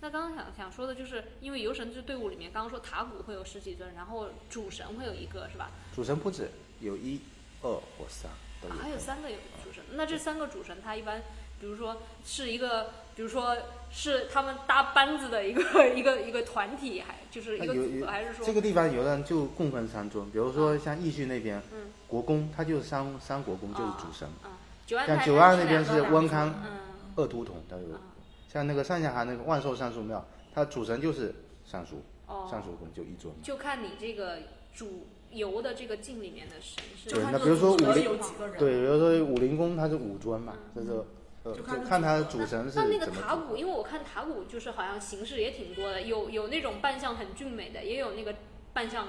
那刚刚想想说的就是，因为游神这队伍里面，刚刚说塔古会有十几尊，然后主神会有一个，是吧？
主神不止有一、二或三都
啊还有
有，
三个有主神，那这三个主神他一般，比如说是一个，比如说是他们搭班子的一个一个一个团体，还就是
那
一个
有
组
有
合，还是说啊
这个地方有的人就供奉三尊，比如说像义叙那边
嗯，
国公他就是三三国公就是主神，
啊，九安
像
台
九
它
安
是
那边
两个
是
两
温
个
康
嗯，
二都统都有，像那个上下韩那个万寿尚书庙，它主神就是尚书，
哦
尚书公就一尊。
就看你这个主游的这个境里面的神是
就
对
看
那
这
比
个
如说
组
武
合
林
有几个人，
对，比如说武林宫它是五尊嘛，这是呃，
就
就
看它
看它的
主
主神是
那
怎么
那个
组
塔古，因为我看塔古就是好像形式也挺多的，有有那种扮相很俊美的，也有那个扮相，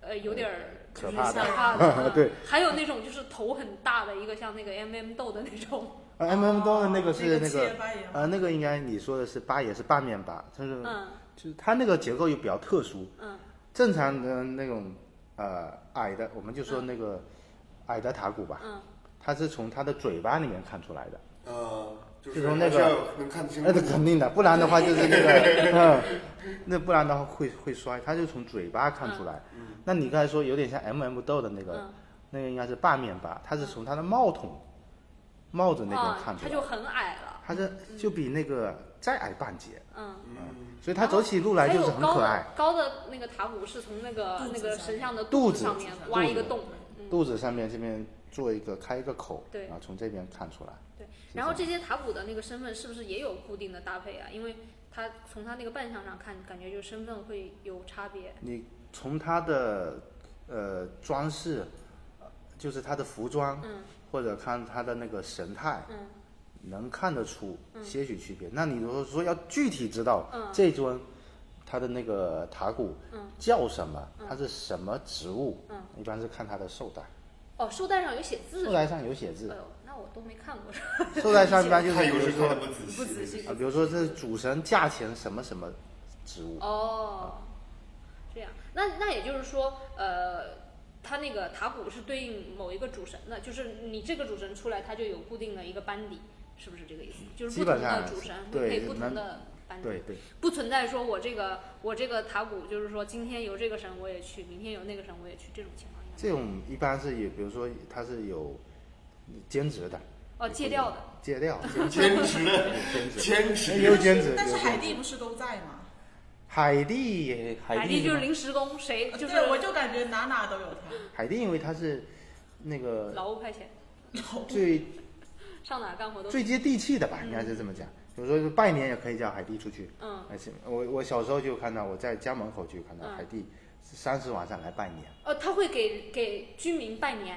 呃，有点儿
可
就是
怕
吓
的，
怕
<laughs>
的
对
嗯，还有那种就是头很大的一个像那个 M M 豆的那种，
呃，M M 多的那个是
那个
那个
切八爷吗
呃，那个应该你说的是八也是半面八，就是
嗯
就是它那个结构又比较特殊，
嗯
正常的那种呃矮的，我们就说那个矮的塔古吧，
嗯，
它是从它的嘴巴里面看出来的，
呃，就
就是从那个哎
还是要能看清
那
楚
是。肯定的，不然的话就是那个，嗯，那不然的话会会摔，他就从嘴巴看出来。那你刚才说有点像 M、M 豆的那个，
嗯
那个应该是半面吧？他是从他的帽筒、帽子那
啊
边看，出
他
来
就
的，
很矮了，
他是就比那个再矮半截，
嗯。
所以他走起路来就是很可爱
还有。高的高的那个塔骨是从那个
肚子
那个
上
神像的
肚
子
子
上面挖一个
肚子
洞，嗯，
肚子上面这边做一个开一个口，
对
然后从这边看出来。
对，然后这些塔古的那个身份是不是也有固定的搭配啊？因为他从他那个扮相上看，感觉就身份会有差别。
你从他的呃装饰，呃就是他的服装，
嗯
或者看他的那个神态，
嗯
能看得出些许区别。那你如果说要具体知道、这尊它的那个塔骨
嗯
叫什么，它是什么植物，
嗯
一般是看它的绶带，
哦，绶带上有写字。嗯
绶带上有写字
哎，呦，那我都没看过。
绶带上一
<laughs>
般就是
他
比
有
如
时
说
看的
啊
不仔细，
不仔细。，
比如说这是主神驾前什么什么植物，
哦，这样，那那也就是说，呃，它那个塔古是对应某一个主神的，就是你这个主神出来，它就有固定的一个班底，是不是这个意思？就是
基
不
本
同的
上
主神
对
会配不
那
同的班底，
对对，
不存在说我这个我这个塔古就是说今天由这个神我也去，明天由那个神我也去这种情况应该没有。
这种一般是有，比如说它是有兼职的，
哦，戒掉的，
戒掉，兼职
坚持的，坚持
也哎有兼职，
但是
有兼
海
职
蒂不是都在吗？
海蒂，
海
蒂
蒂就是
吗
临时工，谁就是
呃对，我就感觉哪哪都有他。
海蒂，因为他是那个
劳务派遣，
最
上哪干活都
最接地气的吧，应该是这么讲。比如说拜年也可以叫海蒂出去，
嗯
而且我我小时候就看到我在家门口就看到
嗯
海蒂三十晚上来拜年，
呃，他会给给居民拜年，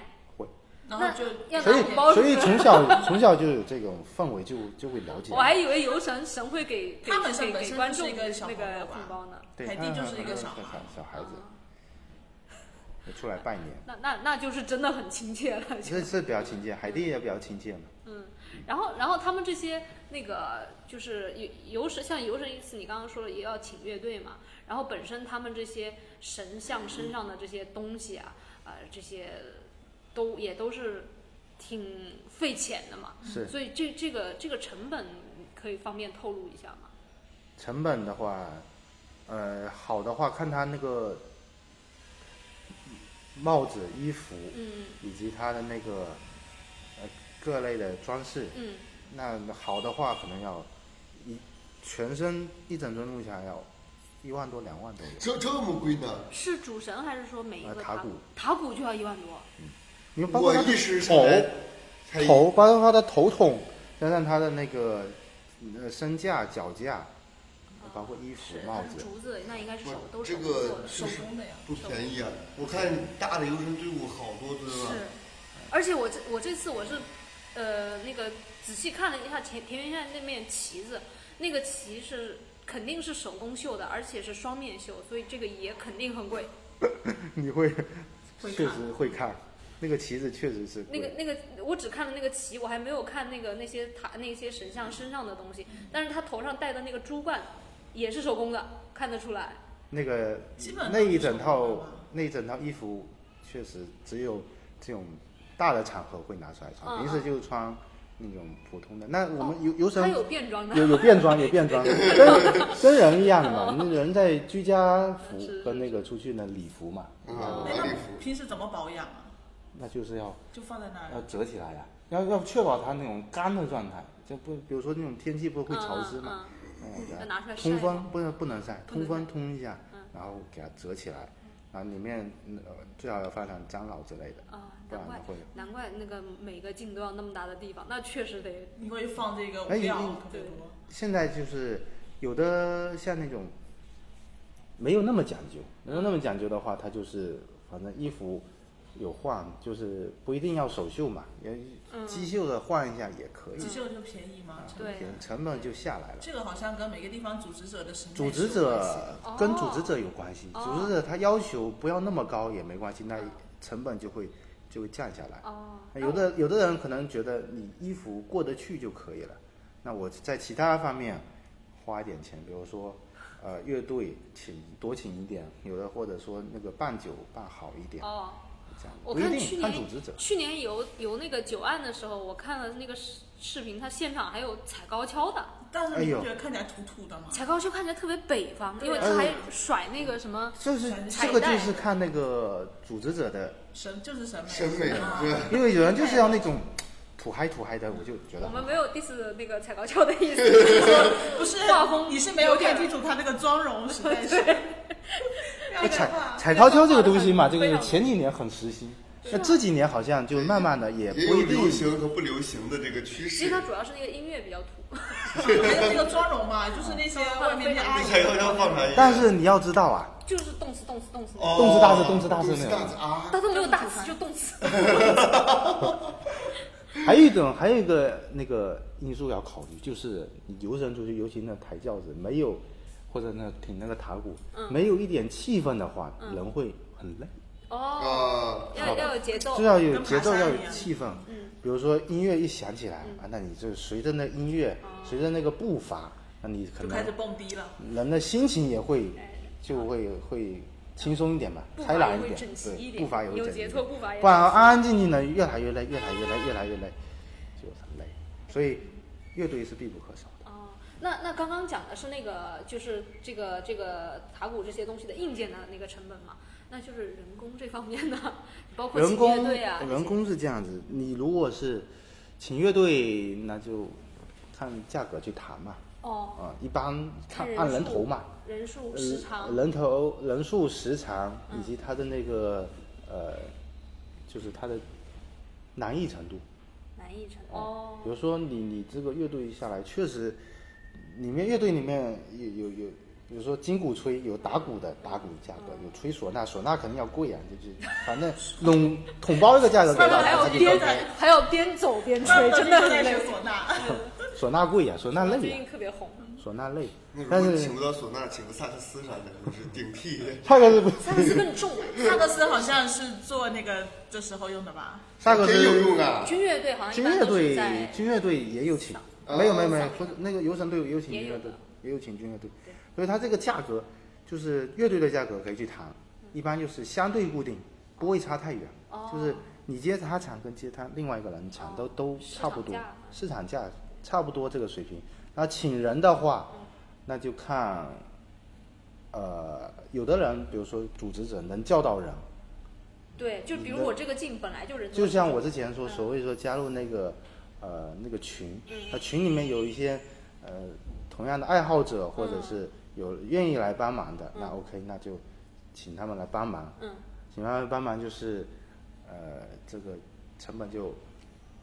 然后就
要
所
拿
以
红包是
所
不
以
是？
从小从小就有这种氛围，就就会了解
我。还以为游神神会给给
他好像
给
本
给
身
观
就是
众
一个
那
小朋
个
友吧
红包呢。
对，
海蒂
嗯
就是一
嗯
个
嗯
小
小
孩
小孩子
嗯
也出来拜年，
那那那就是真的很亲切了。 <laughs>
这是比较亲切，海蒂也比较亲切嘛。
然后然后他们这些那个就是游游神，像游神一次，你刚刚说了也要请乐队嘛。然后本身他们这些神像身上的这些东西啊，呃，这些都也都是挺费钱的嘛。
是
所以这这个这个成本可以方便透露一下吗？
成本的话，呃，好的话看他那个帽子、衣服，
嗯
以及它的那个呃各类的装饰。
嗯
那好的话，可能要一全身一整尊录下来要一万多、两万多。
这这么贵呢？
是主神还是说每一
呃
个
塔
塔
古
塔古就要一万多？
你包括
我
它
一
的
时
头
下来才
头，包括它的头筒，加上它的那个呃身架、脚架，包括衣服
是、，
帽
它是
子。
竹子，那应该是手都是
这
手工做
个
的。
嗯
是不是
手工的呀
不便宜啊？我看大的游神队伍好多尊啊，
是，而且我这我这次我是，呃，那个仔细看了一下田田园线那面旗子，那个旗是肯定是手工绣的，而且是双面绣，所以这个也肯定很贵。
<laughs> 你
<laughs>
会
会
确
看
实会看那个旗子，确实是
那
贵
个那个，我只看了那个旗，我还没有看那个那些塔那些神像身上的东西，但是他头上戴的那个珠冠也是手工的，看得出来。
那个
基本上
那一整
都是手
套
工的吧
那一整套衣服，确实只有这种大的场合会拿出来穿，
嗯
平时就穿那种普通的。那我们游游
他
神
有变装的，嗯
有有变装，有变装，
<laughs>
跟跟人一样的嘛。那人在居家服
是
跟那个出去的礼服嘛，
啊，
那
晚礼
他
服
平时怎么保养啊？
那就是要
就放在那
要
儿，
折起来呀、要要确保它那种干的状态，就不比如说那种天气不会
嗯
潮湿嘛。嗯
嗯要拿出来晒
通风不能不能晒，
不
通
能晒
风通一下，
嗯
然后给它折起来，然后里面呃最好要放上樟脑之类的，
嗯啊，
不
难
然
怪
会。
难怪那个每个镜都要那么大的地方，那确实得
你会放这个物
哎
料
你
特别多。
现在就是有的像那种没有那么讲究，没有那么讲究的话，它就是反正衣服有换，就是不一定要手绣嘛，也
嗯
机绣的换一下也可以
只，绣就便宜
嗯
吗？
对
也成本就下来了。
这个好像跟每个地方组织者的审美
组织
是有关系
者
的
跟组织者有关系，
哦
组织者他要求不要那么高也没关系，那成本就会就会降下来。
哦，
那有的有的人可能觉得你衣服过得去就可以了，那我在其他方面花一点钱，比如说呃乐队请多请一点，有的或者说那个办酒办好一点，
哦，
这样
我
不一
看去
定看
年
组织者。
去年游游那个九岸的时候，我看了那个视视频，他现场还有踩高跷的，
但是你
哎呦
不觉得看起来土土的吗？
踩高跷看起来特别北方，
对
啊
因为他还甩那个什么，
就是
彩
这个就
带
是看那个组织者的，
审就是审美，
审美
啊
对。
因为有人就是要那种土嗨土嗨的，我就觉得
我们
好
没有 diss 那个踩高跷的意思， <laughs> 就是说
不是
画风
你是没有
点
看清楚他那个妆
<laughs>
容，实在是。
哎，
哎
踩踩高跷这个东西嘛，这个前几年很时兴，
啊
那这几年好像就慢慢的也
也
不
有
一定
流行和不流行的这个趋
其实
势。
它主要是那个音乐比较土， <laughs>
那个妆容嘛，就是那些外面的阿
你
姨
才要要放啥音乐？
但是你要知道啊，
就是动词动词动词，
哦
动次大次动次大次
动次
那种
大次啊，
它都没有大词就动词。
还有一种还有一个那个因素要考虑，就是你游神出去，尤其那抬轿子没有，或者那挺那个塔鼓，
嗯
没有一点气氛的话，人会很累。
哦，
啊，
要要有节奏
就，要有
跟爬
节奏，
山
要
一
有
样嗯
气氛。比如说音乐一响起来啊，那你就随着那音乐，随着那个步伐，那你可
哦就开始
能
蹦迪
<laughs>
了。
人的心情也会就会会轻松一点吧，
步伐
开朗
也会
点
整，齐一
对，
点
步伐也会
有
整齐
节
一
奏
点
步伐也
不然啊
整齐
安安静静的，越来越累，越来越累，越来越累，就很累。所以乐队是必不可少的。
哦，那那刚刚讲的是那个，就是这个这个塔鼓这些东西的硬件的那个成本嘛，那就是人工这方面的， <laughs> 包括
人
请乐
工
队啊，
人工是这样子，你如果是请乐队，那就看价格去谈嘛。
哦，
啊，一般看
看人
按人
数
头嘛，
人数、
呃
时长，
人头、人数、时长以及它的那个、呃，就是它的难易程度。
难易程度。
啊
哦，
比如说你你这个乐队下来，确实里面乐队里面有有有，比如说金鼓吹有打鼓的打鼓价格，有吹唢呐，唢呐肯定要贵啊，就是反正拢统包一个价格给
他
到
们还要
自己
边
搞定
还要边走
<laughs>
边吹，真的
的
很
在
累
学。
<laughs>
唢呐，
唢呐贵呀、唢呐
最
累呀、
近特别红，
唢呐累
那，如
但
果
是
请不到唢呐，请个萨克斯啥的，就是顶替。
下个是不
萨克斯更重哎，
萨克斯好像是做那个这时候用的吧？
下个
真有
是
用啊！
军乐队好像一
军
般
乐
都是
队
在，
军乐队也有请，
啊
没有没有没有，不是那个游神队也有请
也
军乐队
有的，
也有请军乐队，所以它这个价格就是乐队的价格可以去谈，
嗯
一般就是相对固定，不会差太远，
哦
就是你接他场跟接他另外一个人场都都差不多
市场价，
市场价差不多这个水平。那请人的
嗯
话，那就看，呃，有的人比如说组织者能叫到人，
对，就比如我这个镜本来就人多，
就像我之前说，所谓说加入那个呃那个群，
嗯
那群里面有一些呃同样的爱好者，或者是有愿意来帮忙的，那 OK，那就请他们来帮忙。
嗯，
请他们帮忙就是呃这个成本就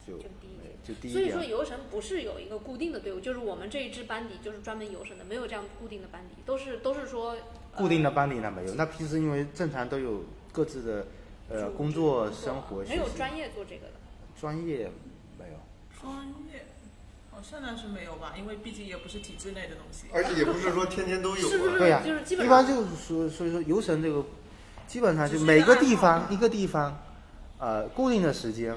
就
就低一点
就低一
所以
点。
说游神不是有一个固定的队伍，就是我们这一支班底就是专门游神的，没有这样固定的班底，都是都是说、呃
固定的班底那没有，那平时因为正常都有各自的呃工作、生活、
啊
学
没
习
有，专业做这个的。
专业没有。
专业好像那是没有吧，因为毕竟也不是体制内的东西。
而且也不是说天天都有
是不
啊
是。
对呀、
就是基本
一
上
般就是说，所以说游神这个，基本上就
只是
每
一个
个
爱好
地方一个地方，呃，固定的时间，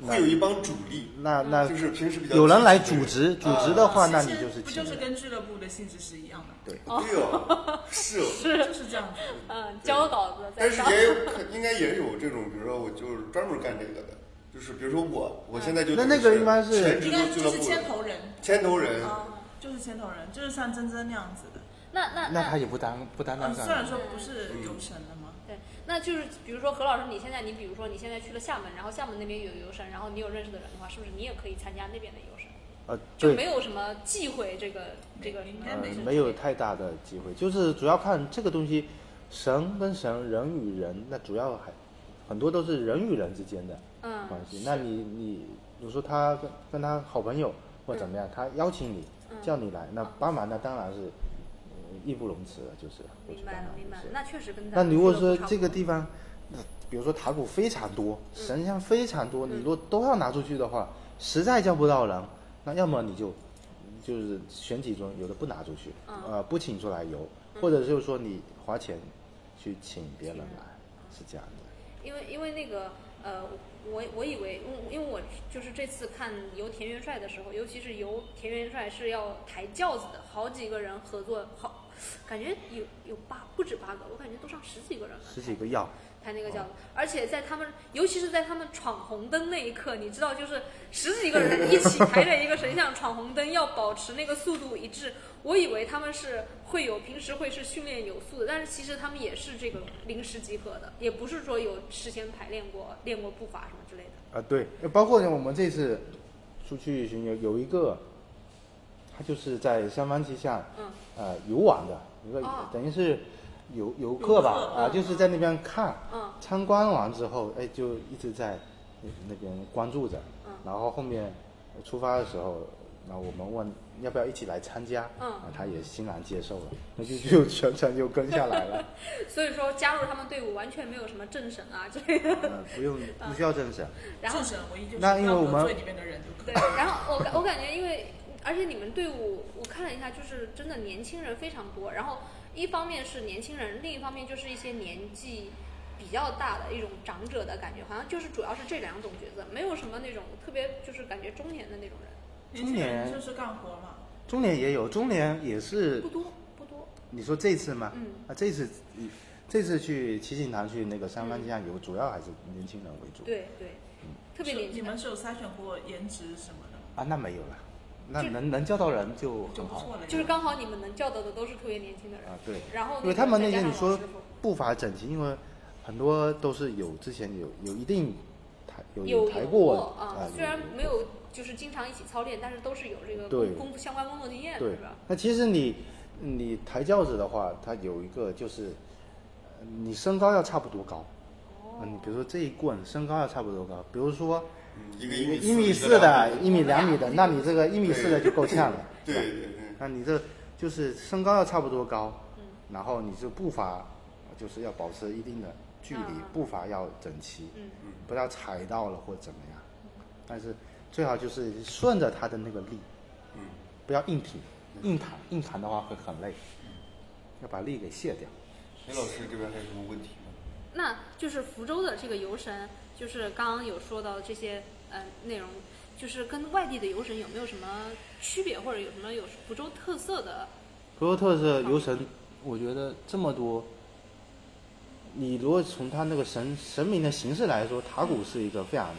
那
会有一帮主力，
那那
就是平时比较
有人来
积极
组
的
织，组
啊
织的话，
其
那
实
你就是
不
请
就是
人
跟俱乐部的性质是一样的，
对，
对哦，是哦。
就是这样子。
嗯，交稿子在
但是
上，
也有可应该也有这种，比如说我就是专门干这个的，就是比如说我，我现在就
那
等于
嗯那个一般是
全职
应
都
该
俱
就
乐
是
部
牵头人，啊
牵头人，
就是牵头人，就是像珍珍那样子的。
那那
那他也不担不担当
嗯，
上
虽然说不是游神的嘛，
对，那就是比如说何老师，你现在你比如说你现在去了厦门，然后厦门那边有游神，然后你有认识的人的话，是不是你也可以参加那边的游神？
呃，
就没
对，
有什么忌讳这个这个什么嗯
应该
呃
没什么
没有太大的机会，就是主要看这个东西，神跟神，人与人，那主要还很多都是人与人之间的
嗯
关系。那你你，比如说他跟跟他好朋友或怎么
嗯
样，他邀请你、叫你来，
哦
那帮忙那当然是呃义不容辞了，就是会去
明
帮
白
忙
了，明白了
就。是
那确实跟
那
咱们
如果
俱乐
说
部差不
这个
多
地方，那比如说塔鼓非常多，
嗯
神像非常多，你若都要拿出去的话，实在叫不到人，那要么你就就是选几种，有的不拿出去，
嗯
呃，不请出来游，或者就是说你花钱去请别人
嗯
来，是这样的。
因为因为那个呃，我我以为，因因为我就是这次看游田元帅的时候，尤其是游田元帅是要抬轿子的，好几个人合作，好，感觉有有八不止八个，我感觉都上十几个人了，
十几个要，
抬那个轿子，而且在他们，尤其是在他们闯红灯那一刻，你知道，就是十几个人一起抬着一个神像闯红灯，要保持那个速度一致。我以为他们是会有平时会是训练有素的，但是其实他们也是这个临时集合的，也不是说有事先排练过、练过步伐什么之类的。
啊，对，包括我们这次出去巡游，有一个，他就是在三方旗下，
嗯，
呃，游玩的一个，
哦
等于是，游游客吧，
游客
啊，
嗯
就是在那边看，
嗯
参观完之后，哎，就一直在那那边关注着，
嗯
然后后面出发的时候，然后我们问要不要一起来参加，
嗯
啊他也欣然接受
<laughs>
了，那就就全程就跟下来了，
所以说加入他们队伍完全没有什么政审啊之类的。
嗯，不用不需要政审，
然后
自省唯一就是
那因为我
不要
们
得罪里面的人就可
对
以。，
然后我感我感觉，因为而且你们队伍我看了一下，就是真的年轻人非常多。然后一方面是年轻人，另一方面就是一些年纪比较大的一种长者的感觉，好像就是主要是这两种角色，没有什么那种特别就是感觉中年的那种人，
年轻人就是干活嘛，
中年也有，中年也是
不多不多。
你说这次吗？
嗯
啊，这次，嗯这次去七星潭去那个三番江游，主要还是年轻人为主。
对对，特别
是
年
你
轻。
们是有筛选过颜值什么的，
啊，那没有了，那
就
能能叫到人就
就
很
不
好
错了呀。
就是刚好你们能叫到的都是特别年轻的人
啊，，对，
然后
因为他们那些你
再
说
加上老师傅
步伐整齐，因为很多都是有之前有有一定抬有
有
抬
有
过
啊，
有
虽然没有就是经常一起操练，但是都是有这个
对
工工相关工作经验的，
对
是吧？，
那其实你你抬轿子的话，它有一个就是，呃你身高要差不多高。啊，
哦
你比如说这一棍身高要差不多高，比如说
嗯一个
一
一
米
米
四
的
的、，一米两米的，那你这个一米四的就够呛了。
对
是吧
对对
<laughs> 那你这就是身高要差不多高，
嗯
然后你这步伐就是要保持一定的距离
嗯，
步伐要整齐，
嗯
不要踩到了或怎么样。但是最好就是顺着他的那个力，
嗯，
不要硬挺，硬弹硬弹的话会很累，要把力给卸掉。
裴老师这边还有什么问题吗？
那就是福州的这个游神，就是刚刚有说到这些呃内容，就是跟外地的游神有没有什么区别，或者有什么有福州特色的？
福州特色游神，我觉得这么多，你如果从他那个神神明的形式来说，塔古是一个非常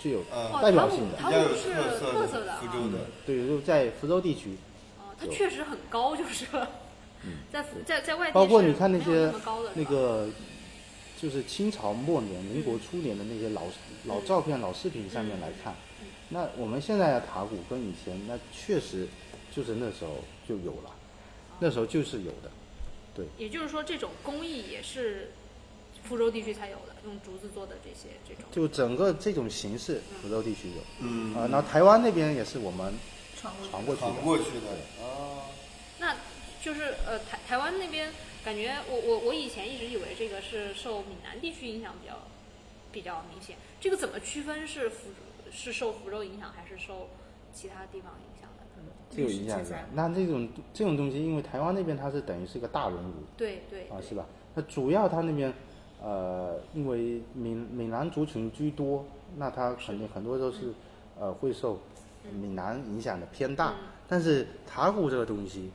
具有
呃，
代表性的
哦，
比
塔
较
古
有
是
特色
特色的
福
啊，
州的，
对，就在福州地区，
哦，它确实很高，就是了 <laughs> 在福在在外地
嗯包括
是
你看那
没有
些
么高的是
那
吧
个，就是清朝末年、民国初年的那些老老照片、老视频上面来看，那我们现在的塔古跟以前那确实就是那时候就有了，那时候就是有的。
也就是说，这种工艺也是福州地区才有的，用竹子做的这些这种。
就整个这种形式，福州地区有
嗯
啊，然后台湾那边也是我们
传过去
传过去
扛
的。
过去的啊，
那就是呃，台台湾那边感觉我我我以前一直以为这个是受闽南地区影响比较比较明显，这个怎么区分是福是受福州影响还是受其他地方影响的呢？
这有影响是吧？那这种这种东西，因为台湾那边它是等于是一个大熔炉，
对对
啊，
对
是吧？那主要它那边，呃，因为闽闽南族群居多，那它肯定很多都是，呃，会受
嗯
闽南影响的偏大。但是塔古这个东西，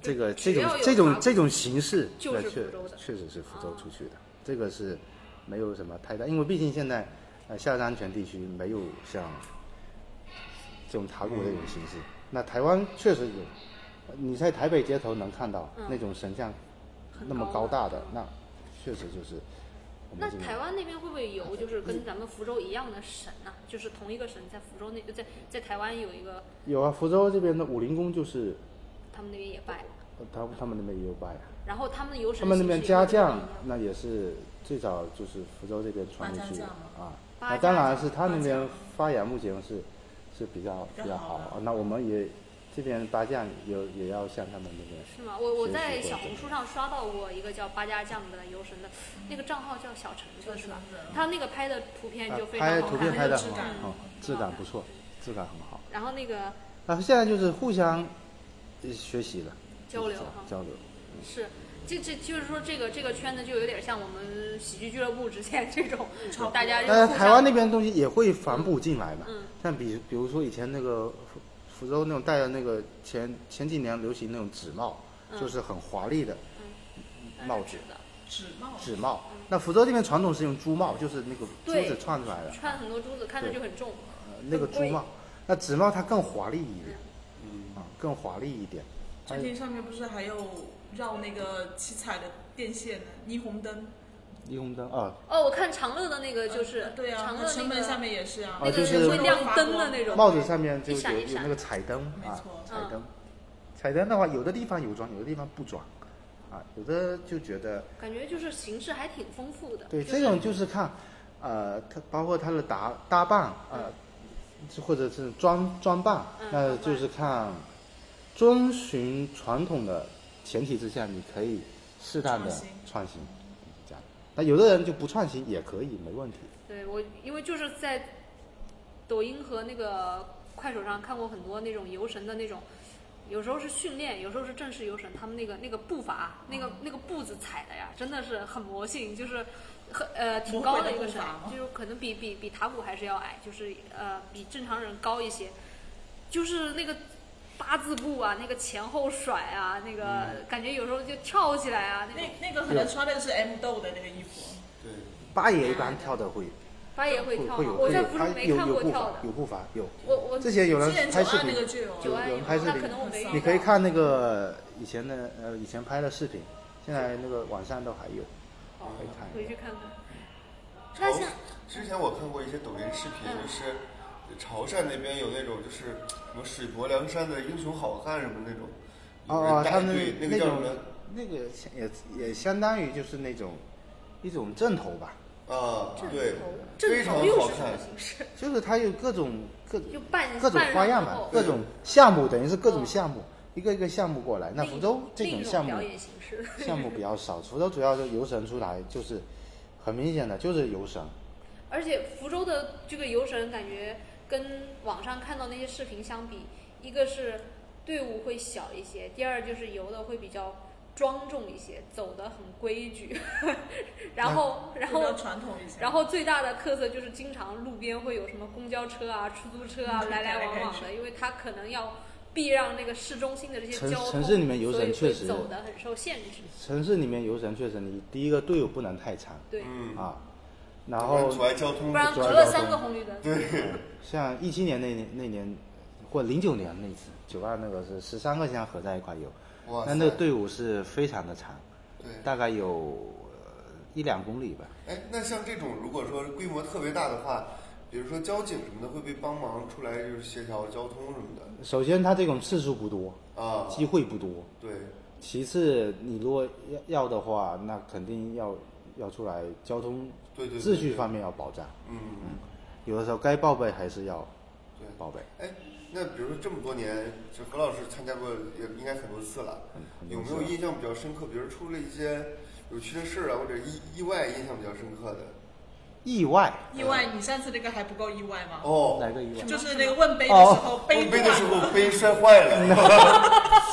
这个这
只
种
要有
这
塔
种
古
这种形式，
就
对
是
确
福州的哦
确实是福州出去的，这个是没有什么太大，因为毕竟现在，呃，下山泉地区没有像这种塔古这种形式。那台湾确实有，呃你在台北街头能看到
嗯
那种神像
很
那么
高
高大
的
的，那确实就是我们
那
这边啊嗯
台湾那边会不会有就是跟咱们福州一样的神呢、就是同一个神在福州那在在台湾有一个，
有啊，福州这边的武林宫就是
他们那边也拜，
呃他他们那边也有拜啊，
然后他们的游神
他们那边
形式也
家
会不太一
将
样
那也是最早就是福州这边传过
八家
去的
将
啊，
八
那
家
当然
将
是他
八
那边
将
发扬目前是是比较
比较
比较好
好的
啊，那我们也这边八将也也要向他们那边
是吗？我我
学习
在
过
小
这
红
个
书上刷到过一个叫八家将的游神的，那个账号叫小橙子是吧？他那个拍的图片
啊
就非常
拍
好
图
看
片拍的
很
很
有质感
好，哦质感不错，质感很好。
然后那个
然后现在就是互相呃学习了，
交流
就是
哈
交流。
是，这这就是说这个这个圈子就有点像我们喜剧俱乐部之前 <laughs> 这种，大家就
但是
互
呃台湾
相
那边的东西也会反哺进来嘛，
嗯
像比比如说以前那个福福州那种戴的那个前前几年流行那种纸帽，
嗯
就是很华丽的帽子，
的，
纸帽，
纸帽。那福州这边传统是用猪帽，就是那个珠
嗯对
子串出来的，
穿很多珠子看着
对
就很重，
呃那个
很
猪
贵
帽。那纸帽它更华丽一点，
嗯，
啊，更华丽一点。
最近上面不是还有绕那个七彩的电线呢，霓虹灯，
霓虹灯啊，
哦，我看长乐的那个就是、
呃对啊，
长乐
那城
那
门
个
下面也是啊，
哦
那个
就是
会亮灯的那种
帽子上面就
一闪
有
一
有
闪
那个彩灯
没
啊
错，
彩灯，彩灯的话，有的地方有装，有的地方不装，啊，啊，有的就觉得
感觉就是形式还挺丰富的。
对，
就是
这种就是看，呃，它包括它的打搭扮，呃，或者是装装扮，
嗯
那就是看遵循传统的前提之下，你可以适当的
创新
创新，这样。那有的人就不创新也可以，没问题。
对我，因为就是在抖音和那个快手上看过很多那种游神的那种，有时候是训练，有时候是正式游神，他们那个那个步伐，啊那
嗯
个那个步子踩的呀，真的是很魔性，就是很呃挺高一个神
魔鬼的步伐，吗
就是可能比比比塔古还是要矮，就是呃比正常人高一些，就是那个。八字步啊，那个前后甩啊，那个感觉有时候就跳起来啊，那种
嗯那那个可能穿的是 M 豆的那个衣服，
八爷一般跳的会
八爷会
会
跳
会
吗
有？
我
会
在
有
福州
他
没
有
看
有
过
步
跳
伐
的，
有步伐有。
我我
之前有人
之前
拍
九
视
安那
频，
个就有，
有
九安
有人
有
拍视
哦那
频
可能我没
你
遇
可以
到
看那个以前的呃以前拍的视频，现在那个网上都还有，
哦
可以看
回
一
去
下。
看看。那像
之前我看过一些抖音视频，就是潮汕那边有那种就是什么水泊梁山的英雄好汉什么那种，有人
哦，
带
他们
队那个
那
叫什
种
么？
那个相也也相当于就是那种一种阵头吧，
啊，对，非
正
常
头又
好
是什
看
么。形式？
就是它有各种各
就半
各种花样嘛，各种项目等于是各种项目，一个一个项目过来。那福州这
种
项目
表演形
<laughs>
式，
项目比较少，福州主要是游神出来就是很明显的就是游神，
而且福州的这个游神感觉跟网上看到那些视频相比，一个是队伍会小一些，第二就是游的会比较庄重一些，走的很规矩， <laughs> 然后然
比
后
较传统一些。
然后最大的特色就是经常路边会有什么公交车啊、出租车啊
嗯
来来往往的，因为它可能要避让那个市中心的这些
城
交通，
城市里面游人
所以
确
会
实
走的很受限制。
城市里面游神确实你第一个队伍不能太长
对，
嗯，
啊，然后
阻碍交通
不，然
主
隔
要
了
交
三
通
个红绿灯。
像一七年那年那年或零九年那次九二那个是十三个乡合在一块游，
哇塞
那那个队伍是非常的长，
对。
大概有呃一两公里吧。
哎，那像这种如果说规模特别大的话，比如说交警什么的，会不会帮忙出来就是协调交通什么的？
首先，它这种次数不多，
啊，
机会不多。
对，
其次，你如果要要的话，那肯定要要出来交通
对对对
秩序方面要保障。
嗯，
有的时候该报备还是要
对。
报备。
哎，那比如说这么多年，就何老师参加过也应该很多次了，
很
有
多
没
次啊
有
了
印象比较深刻？比如出了一些有趣的事儿啊，或者意意外印象比较深刻的？
意外
意外，你上次那个还不够意外吗？
哪
哦，
个意外？
就是那个问杯的时候，
背杯
杯
的时候杯摔坏
<laughs>
了。